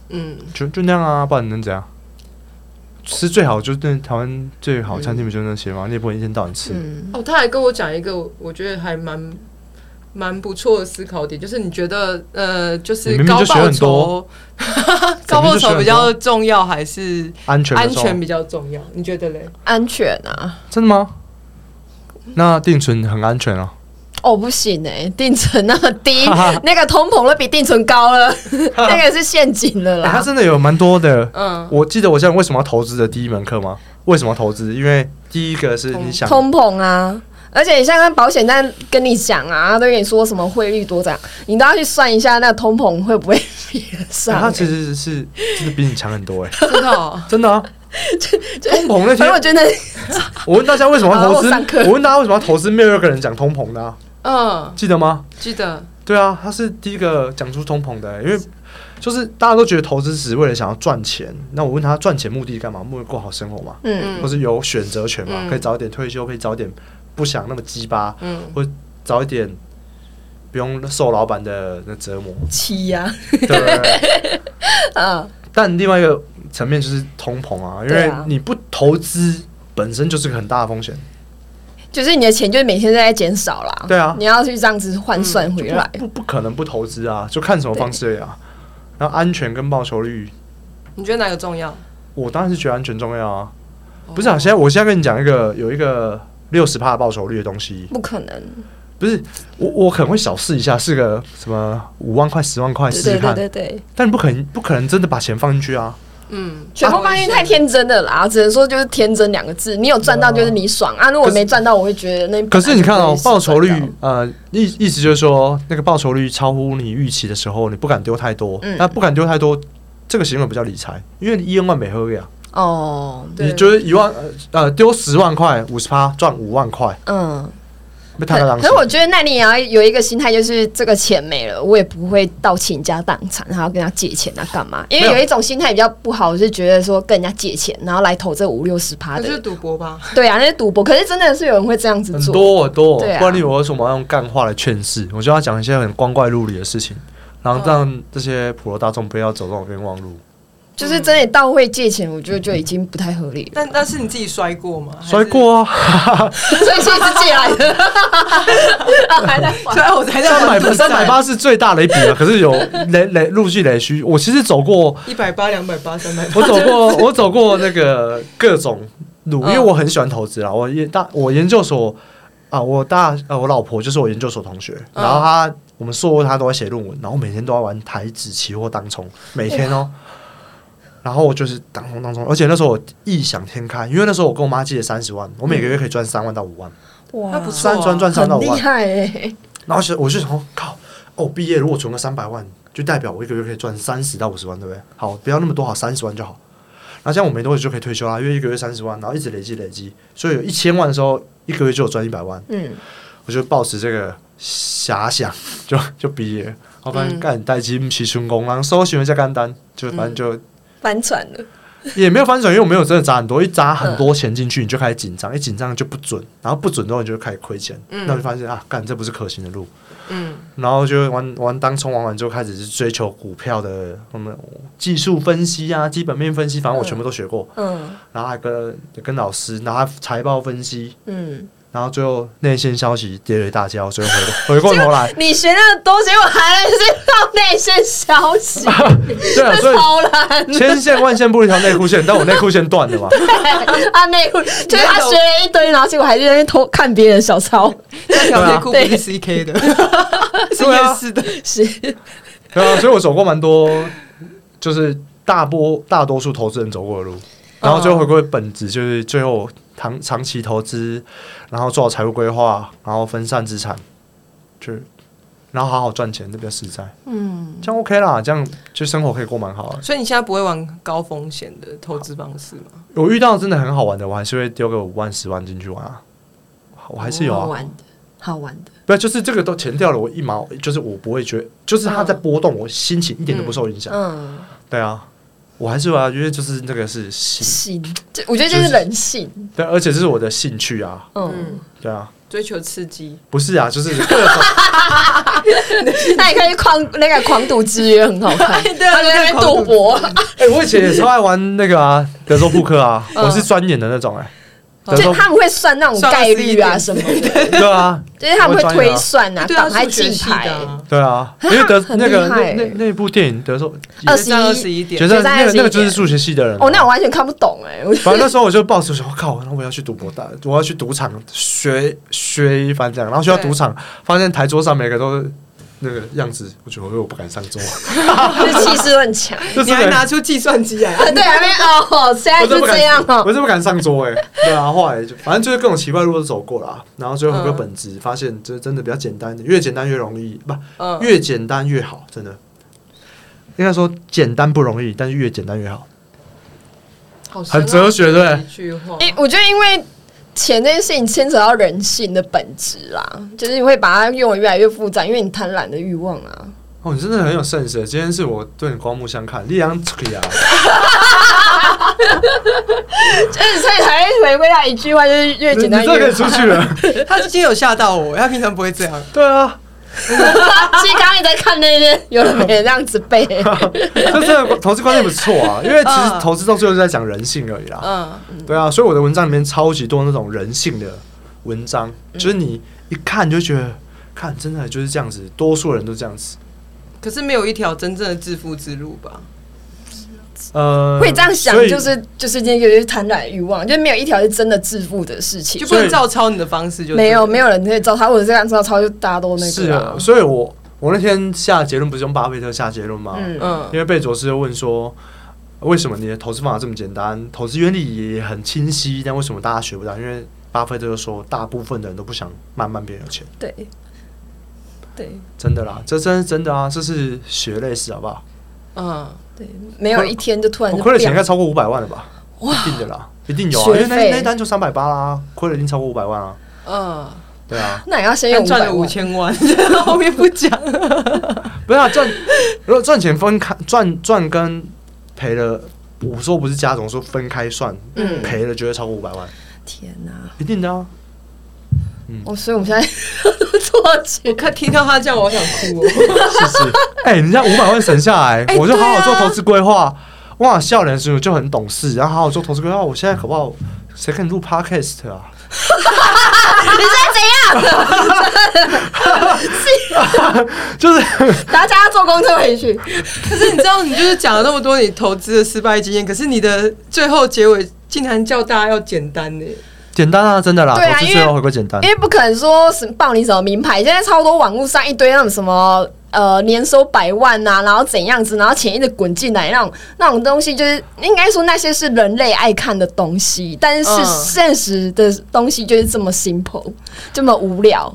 S2: 嗯，
S1: 就就那样啊，不然能怎样？吃最好就是那台湾最好的餐厅不就那些吗？你也不能一天到晚吃。
S3: 嗯，
S2: 哦，他还跟我讲一个，我觉得还蛮蛮不错的思考点，就是你觉得呃，就是
S1: 你明明
S2: 高
S1: 就学
S2: 报
S1: 很多
S2: 酬， 高报酬比较重要还是
S1: 安全的
S2: 安
S1: 时候
S2: 全比较重要？你觉得嘞？
S3: 安全啊？
S1: 真的吗？那定存很安全哦，
S3: 哦，不行哎、定存那么低，那个通膨都比定存高 了，那个是陷阱
S2: 啊
S3: 了
S1: 哎它
S3: 啦。
S1: 真的有蛮多的。
S2: 嗯，
S1: 我记得我现在为什么要投资的第一门课吗？为什么要投资？因为第一个是你想
S3: 通膨啊，而且你像刚保险单跟你讲啊，都跟你说什么汇率多涨，你都要去算一下那通膨会不会比得上、
S1: 哎它其实是真的比你强很多哎、
S2: 真的 哦，
S1: 真 的啊！通膨那
S3: 所以我
S1: 天，
S3: 觉得
S1: 我问大家为什么要投资
S3: 好我上课，
S1: 我问大家为什么要投资，没有一个人讲通膨的、啊，
S2: 嗯，
S1: 记得吗？
S2: 记得，
S1: 对啊，他是第一个讲出通膨的、欸因为就是大家都觉得投资只是为了想要赚钱。那我问他赚钱目的干嘛？目的过好生活嘛，
S3: 嗯，
S1: 或
S2: 嗯
S1: 是有选择权嘛，
S2: 嗯
S1: 可以早点退休，可以早点不想那么鸡巴，
S2: 嗯，
S1: 早一点不用受老板的的折磨，
S3: 七呀、
S1: 对不对？
S3: 啊，
S1: 但另外一个层面就是通膨啊，因
S3: 对
S1: 为
S3: 啊
S1: 你不投资本身就是个很大的风险。
S3: 就是你的钱就是每天都在减少啦。
S1: 对啊嗯
S3: 你要去这样子换算回哦来。
S1: 不不可能不投资啊，就看什么方式而已啊。然后安全跟报酬率，
S2: 你觉得哪个重要？
S1: 我当然是觉得安全重要啊。
S3: 哦
S1: 不是啊，现在我现在跟你讲一个有一个六十帕报酬率的东西，
S3: 不可能，
S1: 不是我我可能会小试一下，是个什么五万块、十万块试
S3: 对
S1: 试
S3: 对
S1: 看啊
S3: 对，对对，
S1: 但不可能不可能真的把钱放进去啊。
S2: 嗯，
S3: 全部放进去太天真了啦，只能说就是天真两个字。你有赚到就是你爽啊，如果没赚到，我会觉得那
S1: 可是你看哦，
S3: 本来
S1: 报
S3: 就不
S1: 酬
S3: 会是赚到
S1: 率，呃，意意思就是说，那个报酬率超乎你预期的时候，你不敢丢太多，
S3: 嗯
S1: 那不敢丢太多，这个行为不叫理财，因为你一万没喝呀。
S3: 哦，
S2: 对
S1: 啊你觉得一万呃呃丢十万块，五十趴赚五万块，
S3: 嗯。
S1: 被
S3: 可
S1: 太狼
S3: 可是我觉得，那你也要有一个心态，就是这个钱没了，我也不会到倾家荡产，还要跟他借钱啊，干嘛？因为
S1: 没有
S3: 有一种心态比较不好，是觉得说跟人家借钱，然后来投这五六十趴
S2: 那就是
S3: 的，
S2: 赌博吧。
S3: 对啊，那是赌博。可是真的是有人会这样子
S1: 很
S3: 做，
S1: 多很多，
S3: 对啊
S1: 不然你我为什么要用干话来劝世？我就要讲一些很光怪陆离的事情，然后
S3: 嗯
S1: 让这些普罗大众不要走这种冤枉路。
S3: 就是真的到会借钱，我觉得就已经不太合理 了。
S2: 但但是你自己摔过吗？还是
S1: 摔，过啊，
S3: 所以其实是借来的，啊 还在 还
S2: 虽然我才在
S1: 三百三百八是最大的一笔了，可是有累累陆续累虚。我其实走过，
S2: 一百八、两百八、三百八
S1: 我，走 过，我走过那个各种路，
S3: 嗯
S1: 因为我很喜欢投资啦。我研大我研究所啊，我大呃我老婆就是我研究所同学，
S2: 嗯
S1: 然后她我们硕她都在写论文，然后每天都要玩台指期货当冲，每天哦。 然后我就是当冲当冲，而且那时候我异想天开，因为那时候我跟我妈借了三十万，我每个月可以赚三万到五万，
S3: 哇
S2: 那不错
S1: 三赚赚三到
S3: 很
S1: 五
S3: 厉
S1: 万。
S3: 害哎，
S1: 然后是我就想说，靠，哦，毕业如果存个三百万，就代表我一个月可以赚三十到五十万，对不对？好，不要那么多，好，三十万就好。然后这样我没多久就可以退休啦，因为一个月三十万，然后一直累积累积，所以有一千万的时候，一个月就有赚一百万。
S3: 嗯，
S1: 我就抱持这个遐想， 就就毕业了。我发现
S2: 嗯
S1: 干代金起成功后搜寻一下干单，就反正就、
S2: 嗯
S3: 翻船了，
S1: 也没有翻转，因为我没有真的砸很多，一砸很多钱进去，你就开始紧张，一紧张就不准，然后不准之后你就开始亏钱，
S2: 嗯
S1: 那我就发现啊，干这不是可行的路，
S2: 嗯，
S1: 然后就玩玩当冲玩完之后，开始是追求股票的什么技术分析啊、基本面分析，反正我全部都学过。
S3: 嗯
S1: 然后还跟跟老师，然后还财报分析，
S3: 嗯，
S1: 然后最后内线消息跌了一大跤，所以回回过头 来，
S3: 你学那个东西，我还是到内线消息，
S1: 对啊， 所以
S3: 超烂。
S1: 千线万线不如一条内裤线，但我内裤线断了嘛。
S3: 他内裤啊就是他学了一堆，然后结果还在那边偷看别人的 小抄，
S2: 那条内裤不
S3: 对啊
S2: 是 CK 的，是
S1: 对
S2: 夜
S1: 啊
S2: 市的，
S3: 是
S1: 对啊，所以我走过蛮多，就是大波大多数投资人走过的路，然后最后回归本质，就是最后长长期投资，然后做好财务规划，然后分散资产，就然后好好赚钱，这比较实在。嗯，这样 OK 啦，这样就生活可以过蛮好的。
S2: 所以你现在不会玩高风险的投资方式吗？
S1: 我遇到真的很好玩的，我还是会丢个五万、十万进去玩啊。我还是有
S3: 好
S1: 啊，
S3: 玩的，好玩的，
S1: 不就是这个都钱掉了，我一毛就是我不会觉得，就是它在波动，我心情一点都不受影响。
S3: 嗯，
S1: 对啊，我还是啊，因为就是那个是心
S3: 性，这我觉得这是人性，
S1: 对，而且这是我的兴趣啊，
S3: 嗯，
S1: 对啊，
S2: 追求刺激，
S1: 不是啊， 就是各种
S3: 那你看去狂 那个《狂赌之约》很好 看，他在那边赌博，
S1: 哎、我以前也超爱玩那个啊，德州扑克啊，我是专演的那种哎、等于
S3: 就
S1: 说
S3: 嗯哦他们会算那种概率啊什么的，
S1: 对啊，
S3: 就是他们会推算啊，
S2: 对啊，
S3: 挡开
S2: 数学
S3: 进
S2: 系
S3: 牌
S2: 的。啊，
S1: 对 啊，因为德
S3: 很
S1: 那个
S3: 厉
S1: 那
S3: 害哦
S1: 那那部电影德说
S3: 二
S2: 决战
S3: 十
S2: 一
S1: 决
S2: 点，
S1: 战
S3: 决战
S1: 那个
S3: 21
S1: 那个就是数学系的人啊
S3: 哦，那我完全看不懂哎，我
S1: 反正那时候我就抱持说，我靠，那我要去赌博大，我要去赌场学学一番这样。然后去到赌场，发现台桌上每个都是那个样子，我觉得哎我不敢上 桌，
S3: 就是气势很强。
S1: 就
S2: 你
S1: 是
S2: 还拿出计算机来，
S3: 对，还没哦，现在
S1: 我真
S3: 就
S1: 不敢
S3: 这样 哦。
S1: 我真不敢上桌哎、 对啊，后来就反正就是各种奇怪的路都走过了啊，然后最后回归本质，发现这真的比较简单，越简单越容易，不
S2: 嗯，
S1: 越简单越好，真的。应该说简单不容易，但是越简单越好。
S2: 好深奥
S1: 很哲学对不对
S2: 一句话，
S3: 因我觉得因为钱这件事情牵扯到人性的本质啦，就是你会把它用的越来越复杂，因为你贪婪的欲望啊。
S1: 哦，你真的很有 sense，欸今天是我对你刮目相看，力量啊这个呀，
S3: 就是所以才会回归到一句话，就是越
S1: 你
S3: 简
S1: 你
S3: 单
S1: 这可
S3: 越
S1: 以出
S3: 好。
S1: 去 了。
S2: 他今天有吓到我，他平常不会这样。
S1: 对啊，
S3: 其实刚刚也在看那些有人没人这样子 背，
S1: 但是投资观念不错啊，因为其实
S2: 嗯
S1: 投资到最后是在讲人性而已啦。
S2: 嗯，
S1: 对啊，所以我的文章里面超级多那种人性的文章，就是你一看就觉得，看真的就是这样子，多数人都这样子。
S2: 可是没有一条真正的致富之路吧？
S1: 呃，
S3: 会这样想
S1: 所，以
S3: 就是就是那个就是贪婪欲望，就是没有一条是真的致富的事情
S2: 就。不能照抄你的方式就
S3: 没有
S2: 对了
S3: 没有人可以照他，或者这样照他，就大家都那
S1: 是
S3: 个啊
S1: 啊，。所以我我那天下结论不是用巴菲特下结论吗？
S3: 嗯
S2: 嗯
S1: 因为贝佐斯就问说，为什么你的投资方法这么简单，投资原理也很清晰，但为什么大家学不到？因为巴菲特就说，大部分的人都不想慢慢变有钱。
S3: 对对
S1: 真的啦，这真是真的啊，这是血泪史，好不好？
S2: 嗯，
S3: 对，没有一天就突然
S1: 我
S3: 就
S1: 亏了钱应该
S3: 变
S1: 超过五百万了吧？一定的啦，一定有啊，因
S3: 学
S1: 为那
S3: 费
S1: 那一单就三百八啦，亏了已经超过五百万啊。
S2: 嗯，
S1: 对啊，
S3: 那也要先用
S2: 但赚了
S3: 500
S2: 五
S3: 万，
S2: 千万， 后面不讲。
S1: 不是啊，赚 如果赚钱分开赚赚跟赔了，我说不是加总，说分开算，
S3: 嗯
S1: 赔了绝对超过五百万，
S3: 天哪、
S1: 一定的啊。
S3: 哦，所以我们现在做局
S2: 我看 听到他这样，我好想哭哦。
S1: 是不是？哎、人家五百万省下来，
S2: 哎
S1: 我就好好做
S2: 对啊
S1: 投资规划。哇，笑脸叔就很懂事，然后好好做投资规划。我现在可不好，谁跟你录 podcast 啊？ 你在怎样？就是
S3: 大家坐公车回去，
S2: 可是你知道，你就是讲了那么多你投资的失败经验，可是你的最后结尾竟然叫大家要简单呢、
S1: 简单啊，真的啦，
S3: 对啊
S1: 投资最后回归简单
S3: 因。为不可能说是报你什么名牌，现在超多网络上一堆那种什么呃年收百万呐、然后怎样子，然后钱一直滚进来那种那种东西，就是应该说那些是人类爱看的东西，但是
S2: 嗯
S3: 现实的东西就是这么 simple，这么无聊，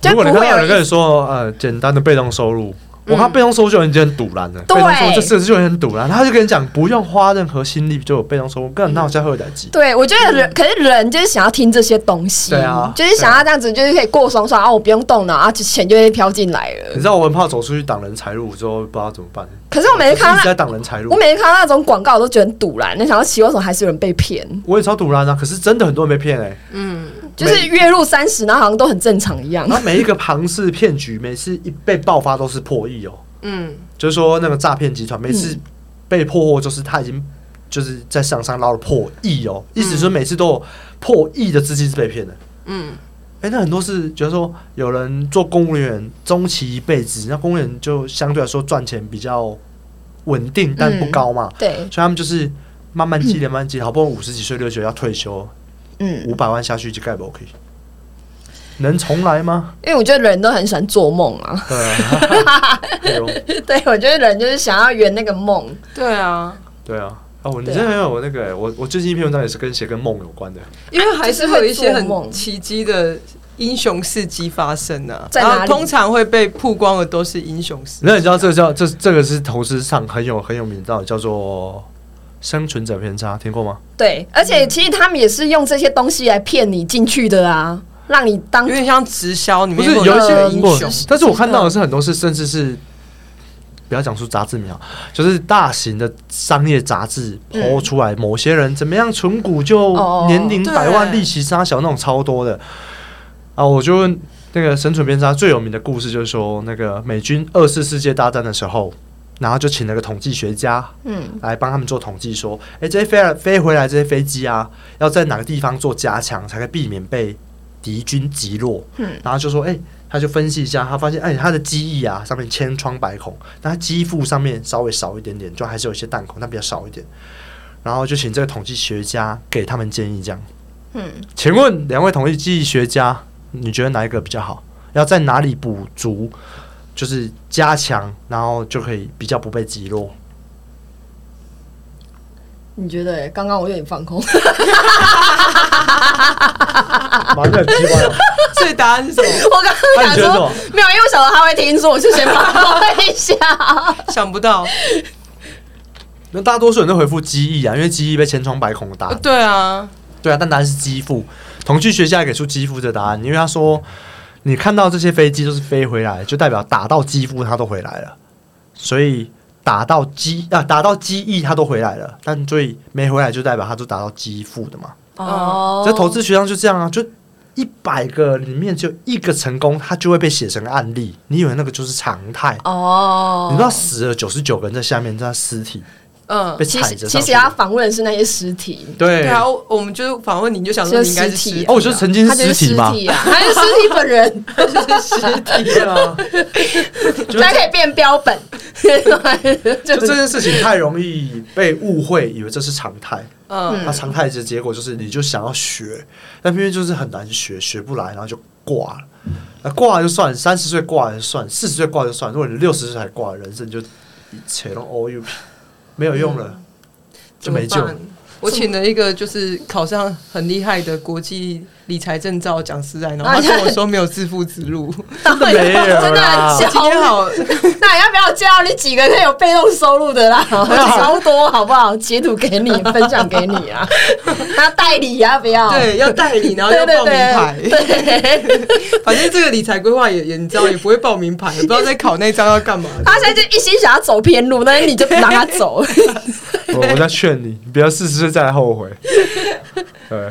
S3: 就
S1: 如
S3: 不
S1: 果你看
S3: 会
S1: 到有人
S3: 有
S1: 跟
S3: 意
S1: 你
S3: 思。
S1: 说，呃，简单的被动收入，我看被动收入就很很堵然的，
S3: 对
S1: 被动收入这四个字就很堵然。他就跟你讲，不用花任何心力就有被动收入，更那我现在会有点急。
S3: 对，我觉得人、可是人就是想要听这些东西，
S1: 对啊
S3: 就是想要这样子，就是可以过爽爽啊，我不用动脑啊，钱就会飘进来了
S1: 你。知道我很怕走出去挡人财路之后，不知道怎么办。
S3: 可是我每次看
S1: 一
S3: 到
S1: 直
S3: 那
S1: 在挡人财路
S3: 我，每次看到那种广告，我都觉得很堵然。你想要奇怪，为什么还是有人被骗？
S1: 我也超堵然啊。可是真的很多人被骗哎、
S3: 嗯
S2: 嗯
S3: 就是月入三十，然后好像都很正常一 样
S1: 然。后每一个庞氏骗局，每次一被爆发都是破亿哦、
S2: 嗯，
S1: 就是说那个诈骗
S3: 嗯
S1: 集团每次被破获，就是他已经就是在市场上捞了破亿哦、意思是每次都有破亿的资金是被骗的。
S2: 嗯，
S1: 哎、那很多是觉得说有人做公务员，终其一辈子，那公务员就相对来说赚钱比较稳定，但
S3: 嗯
S1: 不高嘛，
S3: 对，
S1: 所以他们就是慢慢积累，慢慢积累，好不容易五十几岁、六十岁要退休，
S3: 嗯，
S1: 五百万下去就盖不 OK，能重来吗？
S3: 因为我觉得人都很喜欢做梦 啊。
S1: 对啊， 哎呦
S3: 对，我觉得人就是想要圆那个梦。
S2: 对啊，
S1: 对啊。哦，我你
S3: 对啊
S1: 真的很有那个、我我最近一篇文章也是跟写跟梦有关的，
S2: 因为还是会有一些
S3: 就是会做
S2: 很
S3: 梦
S2: 奇迹的英雄事迹发生啊，
S3: 在
S2: 然
S3: 哪里
S2: 后通常会被曝光的都是英雄事迹。
S1: 那你知道这个叫这这个是投资上很有很有名的，叫做生存者偏差，听过吗？
S3: 对，而且其实他们也是用这些东西来骗你进去的啊，让你当
S2: 有点像直销，里
S1: 不
S2: 面
S1: 是
S2: 会
S1: 有一些
S2: 那种
S1: 英
S2: 英
S1: 国
S2: 雄，，
S1: 但是我看到的是很多是甚至是不要讲出杂志名啊，就是大型的商业杂志抛出来，某些人怎么样存股就
S3: 哦
S1: 年龄百万
S2: 对
S1: 利息杀小那种超多的啊，我就问那个生存偏差最有名的故事就是说，那个美军二次世界大战的时候，然后就请了个统计学家
S3: 嗯，
S1: 来帮他们做统计，说，哎，这些飞来飞回来这些飞机啊，要在哪个地方做加强，才可以避免被敌军击落。
S3: 嗯，
S1: 然后就说，哎，他就分析一下，他发现，哎，他的机翼啊上面千疮百孔，但他机腹上面稍微少一点点，就还是有一些弹孔，但比较少一点。然后就请这个统计学家给他们建议，这样。
S3: 嗯，
S1: 请问两位统计学家，你觉得哪一个比较好？要在哪里补足，就是加强，然后就可以比较不被击落？
S3: 你觉得欸？刚刚我有点放 空，
S1: 马上击败了，
S2: 所以答案是什么？
S3: 我刚刚
S1: 那
S3: 想
S1: 你觉得什
S3: 说
S1: 么
S3: 没有，因为我想到他会听，所以我就先放空一下。
S2: 想不到，
S1: 那大多数人都回复机翼啊，因为机翼被千疮百孔的答
S3: 呃
S1: 案。
S2: 对啊，
S1: 对啊，但答案是机腹。统计学家给出机腹的答案，因为他说，你看到这些飞机都是飞回来，就代表打到机腹它都回来了，所以打到机啊打到机翼它都回来了，但所以没回来就代表它都打到机腹的嘛。
S4: 哦，
S1: 在投资学上就这样啊，就一百个里面只有一个成功，它就会被写成案例。你以为那个就是常态？
S3: 哦
S1: 你知道死了九十九个人在下面，这尸体
S2: 嗯
S1: 被，
S3: 其
S1: 踩
S3: 实
S1: 着
S3: 其
S1: 上
S3: 实
S1: 去。
S3: 他访问的是那些尸体，
S1: 对
S2: 对 啊，我我们就是访问你，你就想说
S3: 就
S2: 你
S3: 是
S2: 应该是
S3: 尸体
S2: 尸
S3: 啊
S1: 哦，我就曾经
S3: 他就是是
S1: 尸体
S3: 尸
S1: 嘛，
S3: 体啊， 他就是尸体本 人，
S2: 就是尸体啊，
S3: 大家可以变标本，
S1: 就
S3: 就
S1: 这
S3: 是
S1: 件事情太容易被误会，以为这是常态。
S2: 嗯
S1: 那常态的结果就是，你就想要学，但偏偏就是很难学，学不来，然后就挂了。那挂了就算，三十岁挂了就算，四十岁挂了就算，如果你六十岁才挂，人生就一切都 all you，没有用了，就没救
S2: 怎么
S1: 了
S2: 办。我请了一个就是考上很厉害的国际理财证照讲师来，然
S3: 啊
S2: 后他跟我说没有致富之 路。
S1: 真的没有啦，
S3: 真的很假
S2: 今天好，
S3: 那要不要介绍你几个可以有被动收入 的啦？超多好不好？截图给你，分享给你 啊。那代理要不要？
S2: 对，要代理，然后要
S3: 对
S2: 报名牌。
S3: 对对对，
S2: 反正这个理财规划也也你知道也不会报名 牌，也不知道在考那张要干嘛。
S3: 他现在就一心想要走偏路，但是你就不让他 走。
S1: 我我在劝你，你不要四十岁再来后悔。对，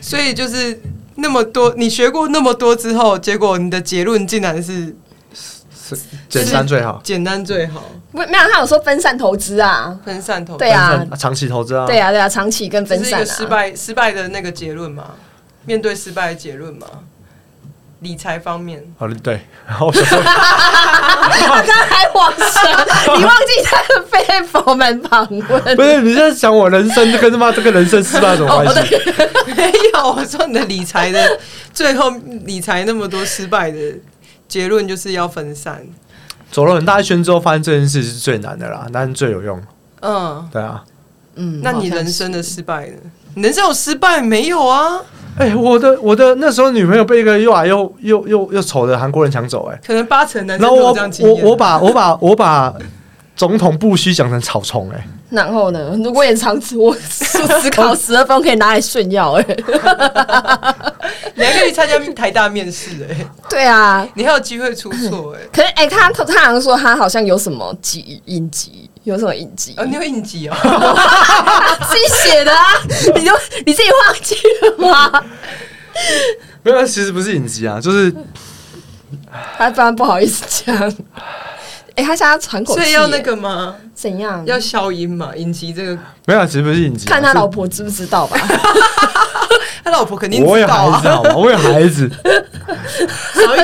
S2: 所以就是那么多，你学过那么多之后，结果你的结论竟然是
S1: 简单最好。
S2: 简单最好，
S3: 不，没有，他有说分散投资啊。
S2: 分散投资
S3: 对啊，
S1: 长期投资啊，
S3: 对啊，对啊，长期跟
S2: 这
S3: 分
S2: 是一个
S3: 散
S2: 失
S3: 啊。
S2: 败失败的那个结论嘛？面对失败的结论嘛？理财方面，
S1: 好对。 然后我想说，
S3: 他刚才往 生，你忘记他的被佛门访问？
S1: 不是你现在讲我人生跟他妈这个人生失败有什么关系？
S2: 没有，我说你的理财的最后理财那么多失败的结论就是要分散，
S1: 走了很大一圈之后，发现这件事是最难的啦，但是最有用。
S2: 嗯，
S1: 对啊，
S3: 嗯
S2: 那你
S3: 好像
S2: 人
S3: 是
S2: 生的失败呢？你人生有失败没有啊？
S1: 哎、我的我的那时候女朋友被一个又矮又又又又丑的韩国人抢走、哎，
S2: 可能八成男生
S1: 然后
S2: 都
S1: 我
S2: 有这样经
S1: 我
S2: 验。
S1: 我把我把我把总统布希讲成草丛、哎，
S3: 然后呢？如果也长此，我思考十二分可以拿来炫耀哎、
S2: 你还可以参加台大面试哎、
S3: 对啊，
S2: 你还有机会出错哎、
S3: 可是哎、他他好像说他好像有什么疾隐疾，有什么隐疾，
S2: 哦，你有应 急哦，
S3: 自己写的啊， 你就你自己忘记了吗？
S1: 没有，其实不是影集啊，就是
S3: 他不然不好意思讲。哎、他现在要喘口气
S2: 所
S3: 耶，
S2: 以要那个吗？
S3: 怎样？
S2: 要消音嘛？应急这个，
S1: 没有，其实不是影集啊、
S3: 看他
S1: 是
S3: 老婆知不知道吧？
S2: 他老婆肯定
S1: 我
S2: 知
S1: 有
S2: 道
S1: 孩子
S2: 啊，
S1: 好吗？我有孩子，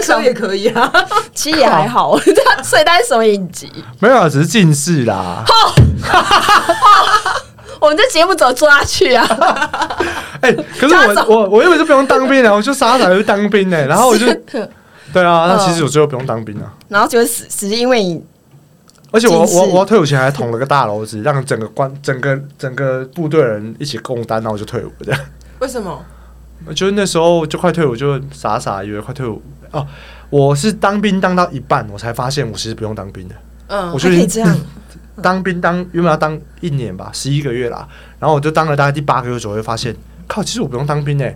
S2: 少一颗也可以啊。
S3: 其实也还好， 他所以他是什么隐疾？
S1: 没有啊，只是近视啦。
S3: 我们这节目怎么做下去啊？
S1: 哎、可是
S3: 家
S1: 我
S3: 长
S1: 我我原本就不用当兵的，我就傻傻的去当兵呢、然后我就对啊，那其实我最后不用当兵啊。
S3: 然后就只只是因为你
S1: 而且我
S3: 近视
S1: 我我要退伍前还捅了个大篓子，让整个关整个整个部队人一起共担，然后我就退伍这样。
S2: 为什么？
S1: 就是那时候就快退伍，就傻傻以为快退伍哦。我是当兵当到一半，我才发现我其实不用当兵的。
S2: 嗯，
S1: 我
S3: 哦还
S1: 就
S3: 可以 这样，
S1: 当兵当原本要当一年吧，十一个月啦，然后我就当了大概第八个月左右，发现靠，其实我不用当兵哎、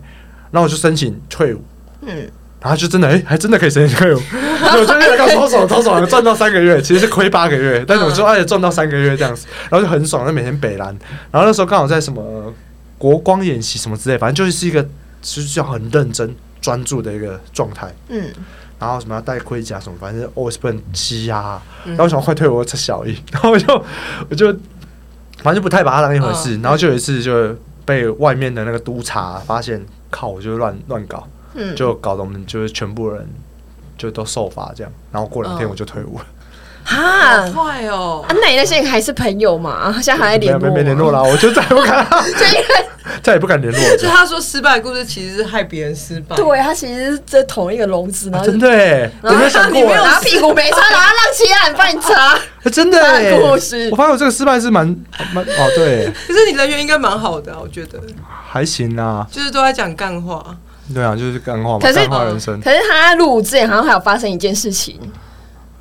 S1: 然后我就申请退伍，
S3: 嗯，
S1: 然后就真的哎、还真的可以申请退伍，然后我就那个超爽超爽，赚到三个月，其实是亏八个月，但是我就哎赚到三个月这样子，然后就很爽，就每天北兰，然后那时候刚好在什么呃国光演习什么之类，反正就是一个就是要很认真专注的一个状态，
S3: 嗯，
S1: 然后什么要戴盔甲什么，反正我是不能欺啊。
S2: 嗯
S3: 嗯
S1: 然后我想快退我这小姨， 然后我就我就反正就不太把他当一回事。
S3: 嗯
S1: 然后就有一次就被外面的那个督察发现，靠，我就乱乱搞，
S3: 嗯，
S1: 就搞得我们就是全部人就都受罚这样。然后过两天
S2: 嗯
S1: 我就退伍了，
S3: 哈，啊，
S2: 坏哦，
S3: 那你那些还是朋友嘛？现在还
S1: 没有
S3: 在联络啊
S1: 没
S3: 吗？
S1: 没联络啦，我就再也不敢
S3: 就因为
S1: 再也不敢联络
S2: 所以
S1: 了。
S2: 他说失败的故事其实是害别人失败，
S3: 对啊他其实是在同一个笼子，然后就
S1: 真的欸，我没有想过
S2: 你没
S1: 欸
S2: 有
S3: 然后屁股没擦，然后让其他人帮你擦。
S1: 欸，真的欸
S3: 大故事
S1: 我发现我这个失败是蛮蛮哦，对，
S2: 可是你人缘应该蛮好的啊、我觉得，
S1: 还行啊，
S2: 就是都在讲干话。
S1: 对啊，就是干话嘛，
S3: 可是
S1: 干话人生。
S3: 可是他入伍之前好像还有发生一件事情，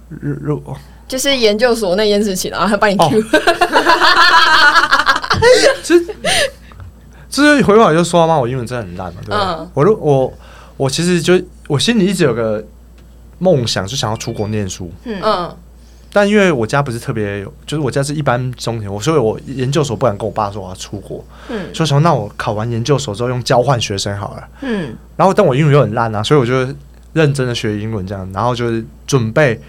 S1: 如如
S3: 就是研究所那件事情，然后他帮你
S1: 哦
S3: Q，、
S1: 其实就是回我就说嘛，我英文真的很烂嘛，对吧？
S2: 嗯
S1: 我如我我其实就我心里一直有个梦想，就想要出国念书，
S2: 嗯，
S1: 但因为我家不是特别有，就是我家是一般中庭，我所以我研究所不敢跟我爸说我要出国，
S3: 嗯
S1: 所以想那我考完研究所之后用交换学生好了。
S3: 嗯，
S1: 然后但我英文又很烂啊，所以我就认真的学英文这样，然后就是准备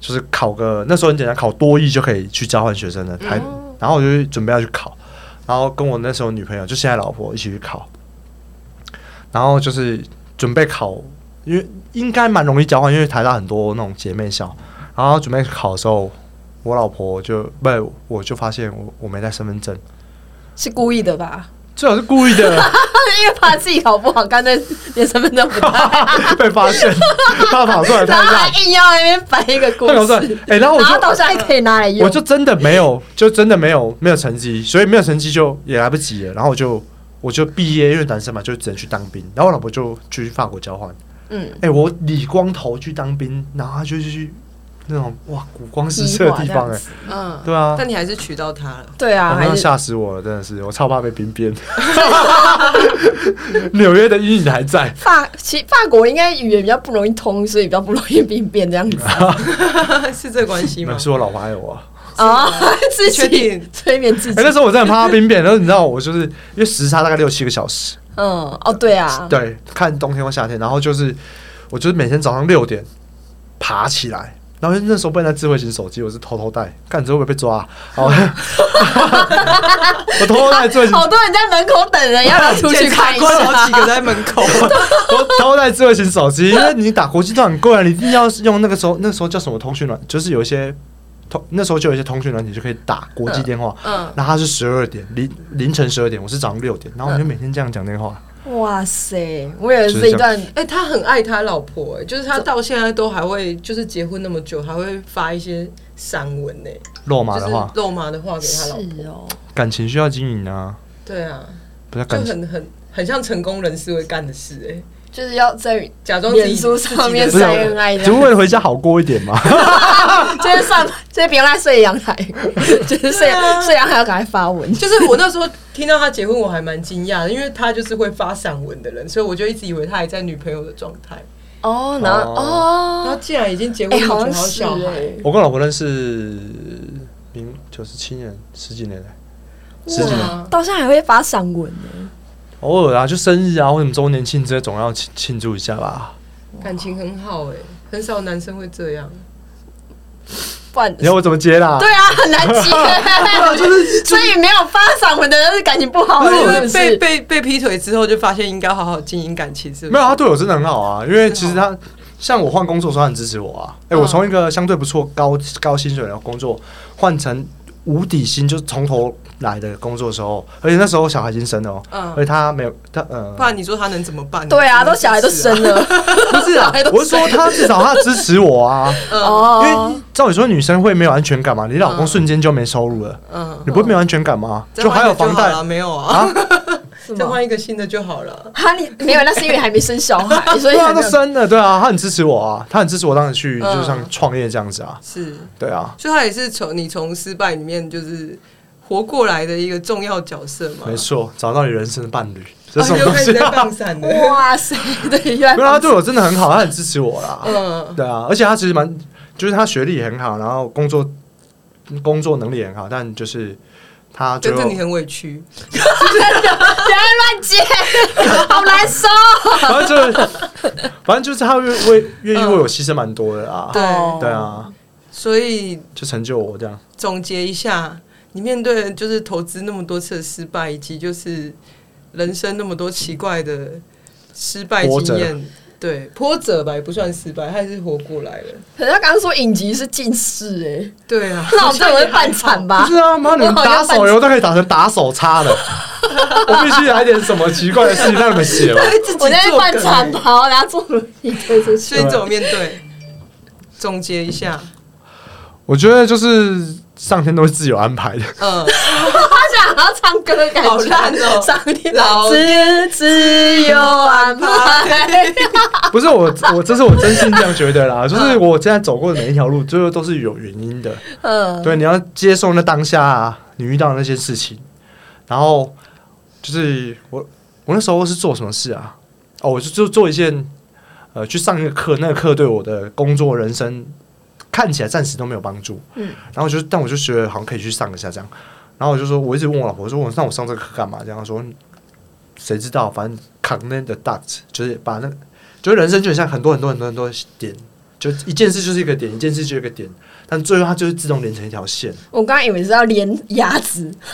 S1: 就是考个那时候很简单，考多译就可以去交换学生了，台，然后我就准备要去考，然后跟我那时候女朋友就现在老婆一起去考，然后就是准备考，因为应该蛮容易交换，因为台大很多那种姐妹校，然后准备考的时候。我老婆就不是，我就发现我我没带身份证，
S3: 是故意的吧？
S1: 最好是故意的，
S3: 因为怕自己考不好，干脆连身份证不带，
S1: 被发现，他跑出来太
S3: 然后
S1: 烂
S3: 还，硬要在那边摆一个故
S1: 太搞笑了
S3: 事，。
S1: 哎、然后我
S3: 然后
S1: 就
S3: 到现在可以拿来用。
S1: 我就真的没有，就真的没有没有成绩，所以没有成绩就也来不及了。然后我就我就毕业，因为男生嘛，就只能去当兵。然后我老婆就去法国交换。
S3: 嗯，
S1: 哎、我理光头去当兵，然后他就去那种哇古光四射的地方、
S3: 宜华这样
S1: 哎
S3: 子，
S2: 嗯，
S1: 对啊
S2: 但你还是娶到他了，
S3: 对啊，
S1: 我刚
S3: 还
S1: 刚
S3: 是
S1: 吓死我了，真的是，我超怕被兵变。 纽约的阴影还在，
S3: 法，其实法国应该语言比较不容易通，所以比较不容易病变这样子
S2: 是这关系
S1: 没
S2: 吗
S1: 有？是我老婆还有 我。
S3: 啊，自
S2: 确
S3: 己
S2: 定
S3: 催眠自己
S1: 哎、。那时候我真的很怕他兵变，然后你知道，我就是因为时差大概六七个小时，
S3: 嗯，哦，对啊，
S1: 对，看冬天或夏天，然后就是我就是每天早上六点爬起来，然后那时候不能带智慧型手机，我是偷偷带，看你之后会不会被抓、啊。好，我偷偷带智慧型，
S3: 好多人在门口等人，要不要出去
S2: 检察
S3: 看一
S2: 官好
S3: 下
S2: 几？个 在门口，
S1: 我偷偷带智慧型手机，因为你打国际都很贵啊，你一定要用那个时候那时候叫什么通讯软，就是有一些通那时候就有一些通讯软体就可以打国际电话，
S2: 嗯，
S1: 然后它是十二点凌凌晨十二点，我是早上六点，然后我就每天这样讲电话，
S3: 哇塞，我以为是一段
S2: 哎、他很爱他老婆、哎，就是他到现在都还会，就是结婚那么久，还会发一些散文呢、
S1: 肉麻
S2: 就
S1: 的
S2: 是
S1: 话，
S2: 肉麻的话给他老婆。
S3: 哦，
S1: 感情需要经营啊，
S2: 对啊，
S1: 不是
S2: 就
S1: 感情。
S2: 很很很像成功人士会干的事、哎，
S3: 就是要在
S2: 假装自己
S3: 脸书上面
S2: 自
S1: 是
S2: 己的
S1: 啊
S3: 晒恩爱的
S1: 只，为了回家好过一点嘛。
S3: 就是上 就是不用在睡阳台， 就是睡睡阳台要赶快发文。
S2: 就是我那时候听到他结婚，我还蛮惊讶的，因为他就是会发散文的人，所以我就一直以为他还在女朋友的状态。
S3: 哦，然后
S2: 然后
S3: 哦，
S2: 竟然已经结
S3: 哎，
S2: 婚那么
S3: 好
S2: 久，还
S3: 像
S2: 有
S3: 是
S2: 小孩，
S3: 哎，
S1: 我跟老婆认识零九十七年，十几年了，十几年，
S2: 哇
S3: 到现在还会发散文呢。
S1: 偶尔啊，就生日啊或什么周年庆这些，总要庆庆祝一下吧。
S2: 感情很好哎、很少男生会这样。
S3: 不然
S1: 你要我怎么接啦？
S3: 对啊，很难 接，所以没有发散文的人是感情不好
S2: 不
S3: 的，
S2: 是
S3: 是
S2: 因
S3: 不
S2: 为被
S3: 是？
S2: 被被劈腿之后，就发现应该好好经营感情，是不是？
S1: 没有，他对我真的很好啊，因为其实他像我换工作的时候，他很支持我啊。哎、我从一个相对不错高高薪水的工作换成无底薪，就是从头来的工作的时候，而且那时候小孩已经生了哦，
S2: 嗯
S1: 而且他没有他呃
S2: 不，然你说他能怎么办？
S3: 对啊，
S2: 只能
S3: 都小孩都
S2: 自私啊
S3: 生了，
S1: 不是啊
S3: 小孩，都
S1: 我是说他至少他支持我啊。因
S3: 哦
S1: 为，照理说女生会没有安全感嘛，你老公瞬间就没收入了，
S2: 嗯，
S1: 你不会没有安全感吗？
S2: 再
S1: 就
S2: 换
S1: 还
S2: 一个
S1: 有房
S2: 好了
S1: 贷，
S2: 没有啊？
S1: 啊，
S3: 是
S2: 再
S3: 吗
S2: 换一个新的就好了。
S3: 哈，你没有，那是因为还没生小 孩，所以
S1: 对啊，
S3: 还没
S1: 都
S3: 有
S1: 生了，对啊，他很支持我啊，他很支持我，当时去
S2: 嗯
S1: 就像创业这样子啊，
S2: 是，
S1: 对啊，
S2: 所以他也是从你从失败里面就是活过来的一个重要角色嘛。
S1: 没错，找到你人生的伴侣，这
S2: 啊，
S1: 是什么
S2: 你又
S1: 东
S2: 开始
S1: 西
S2: 在
S1: 啊
S2: 放？闪了。
S3: 哇塞，对，原
S1: 没
S3: 来
S2: 啊
S1: 有，他对我真的很好，他很支持我啦，
S2: 嗯，
S1: 对啊，而且他其实蛮，就是他学历也很好，然后工作工作能力也很好，但就是他
S2: 觉
S1: 就
S2: 得你很委屈，
S3: 不要乱接，好难受。
S1: 反正就是，反正就是他愿为愿意为我牺牲蛮多的啊。
S2: 嗯对，
S4: 哦
S1: 对啊，
S2: 所以
S1: 就成就我这样。
S2: 总结一下，你面对就是投资那么多次的失败，以及就是人生那么多奇怪的失败经验，对波折吧，也不算失败，他还是活过来了。
S3: 可是他刚刚说影集是近视哎、
S2: 对啊，
S3: 那我们这种会半惨吧
S1: 不？是啊，妈，你们
S3: 我好像
S1: 打手游都可以打成打手叉的，我必须来点什么奇怪的事情让你们写吧。
S2: 自己
S3: 我现在
S2: 做
S3: 半
S2: 梗欸
S3: 惨吧，我等下坐轮椅推出去。
S2: 所以你怎么面对？总结一 下，
S1: 我觉得就是上天都会自有安排的。
S2: 嗯，
S3: 他想要唱歌的感觉，
S2: 好烂哦
S3: 上天
S2: 老
S3: 只只有安排。
S1: 不是我，我这是我真心这样觉得啦。就是我现在走过的每一条路，最后都是有原因的。
S3: 嗯，
S1: 对，你要接受那当下、啊你遇到的那些事情，然后就是我我那时候是做什么事啊？哦，我就就做一件呃去上一个课，那个课对我的工作人生看起来暂时都没有帮助，嗯，然后就但我就觉得好像可以去上一下这样，然后我就说我一直问我老婆说我那我上这个课干嘛？这样她说谁知道，反正 connect the dots 就是把那个就是人生就很像很多很多很多很多点。就一件事就是一个点，一件事就是一个点，但最后它就是自动连成一条 线。
S3: 我刚刚以为是要连牙齿，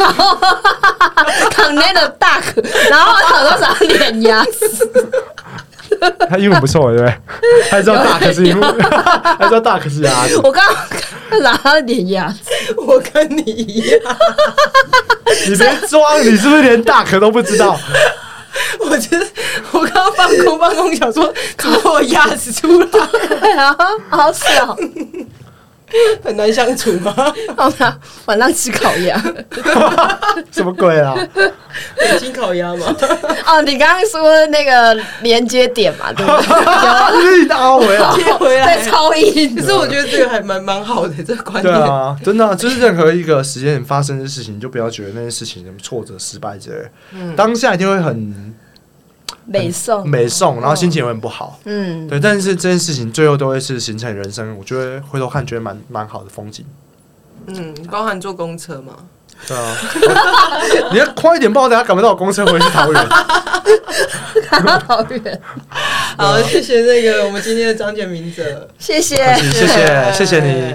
S3: 扛那个大壳，然后我想说想要连牙齿，
S1: 他英文不错，对不对？ 他知道大可是英 文，他知道大可是鸭子。
S3: 我刚刚想要连牙齿，
S2: 我跟你一样，
S1: 你别装，你是不是连大可都不知 道？
S2: 我觉得我刚刚放空放空，想说怎么我牙齿出来，
S3: 然后好是哦，
S2: 很难相处吗？
S3: 好吧，晚上吃烤鸭。
S1: 什么鬼啊啦？
S2: 北京烤鸭 吗？
S3: 哦，你刚刚说那个连接点嘛，对不 对？
S1: 你大回啊！
S2: 接回来
S3: 对，。超硬
S2: 可。是我觉得这个还蛮蛮好的，这个观
S1: 对
S2: 念。
S1: 啊，真的啊、就是任何一个时间点发生的事情，你就不要觉得那件事情什么挫折、失败之类的。当下一定会很
S3: 美颂，
S1: 美送，然后心情也会很不好。
S3: 嗯，
S1: 对，但是这件事情最后都会是形成人生，我觉得回头看觉得蛮蛮好的风景。
S2: 嗯，包含坐公车嘛。
S1: 对 啊，你要快一点报，等下赶不到我公车回去桃园。
S3: 好远，
S2: 好，谢谢那个我们今天的张简明哲，
S3: 谢谢，
S1: 哎
S2: 哎
S1: 谢谢谢谢谢你。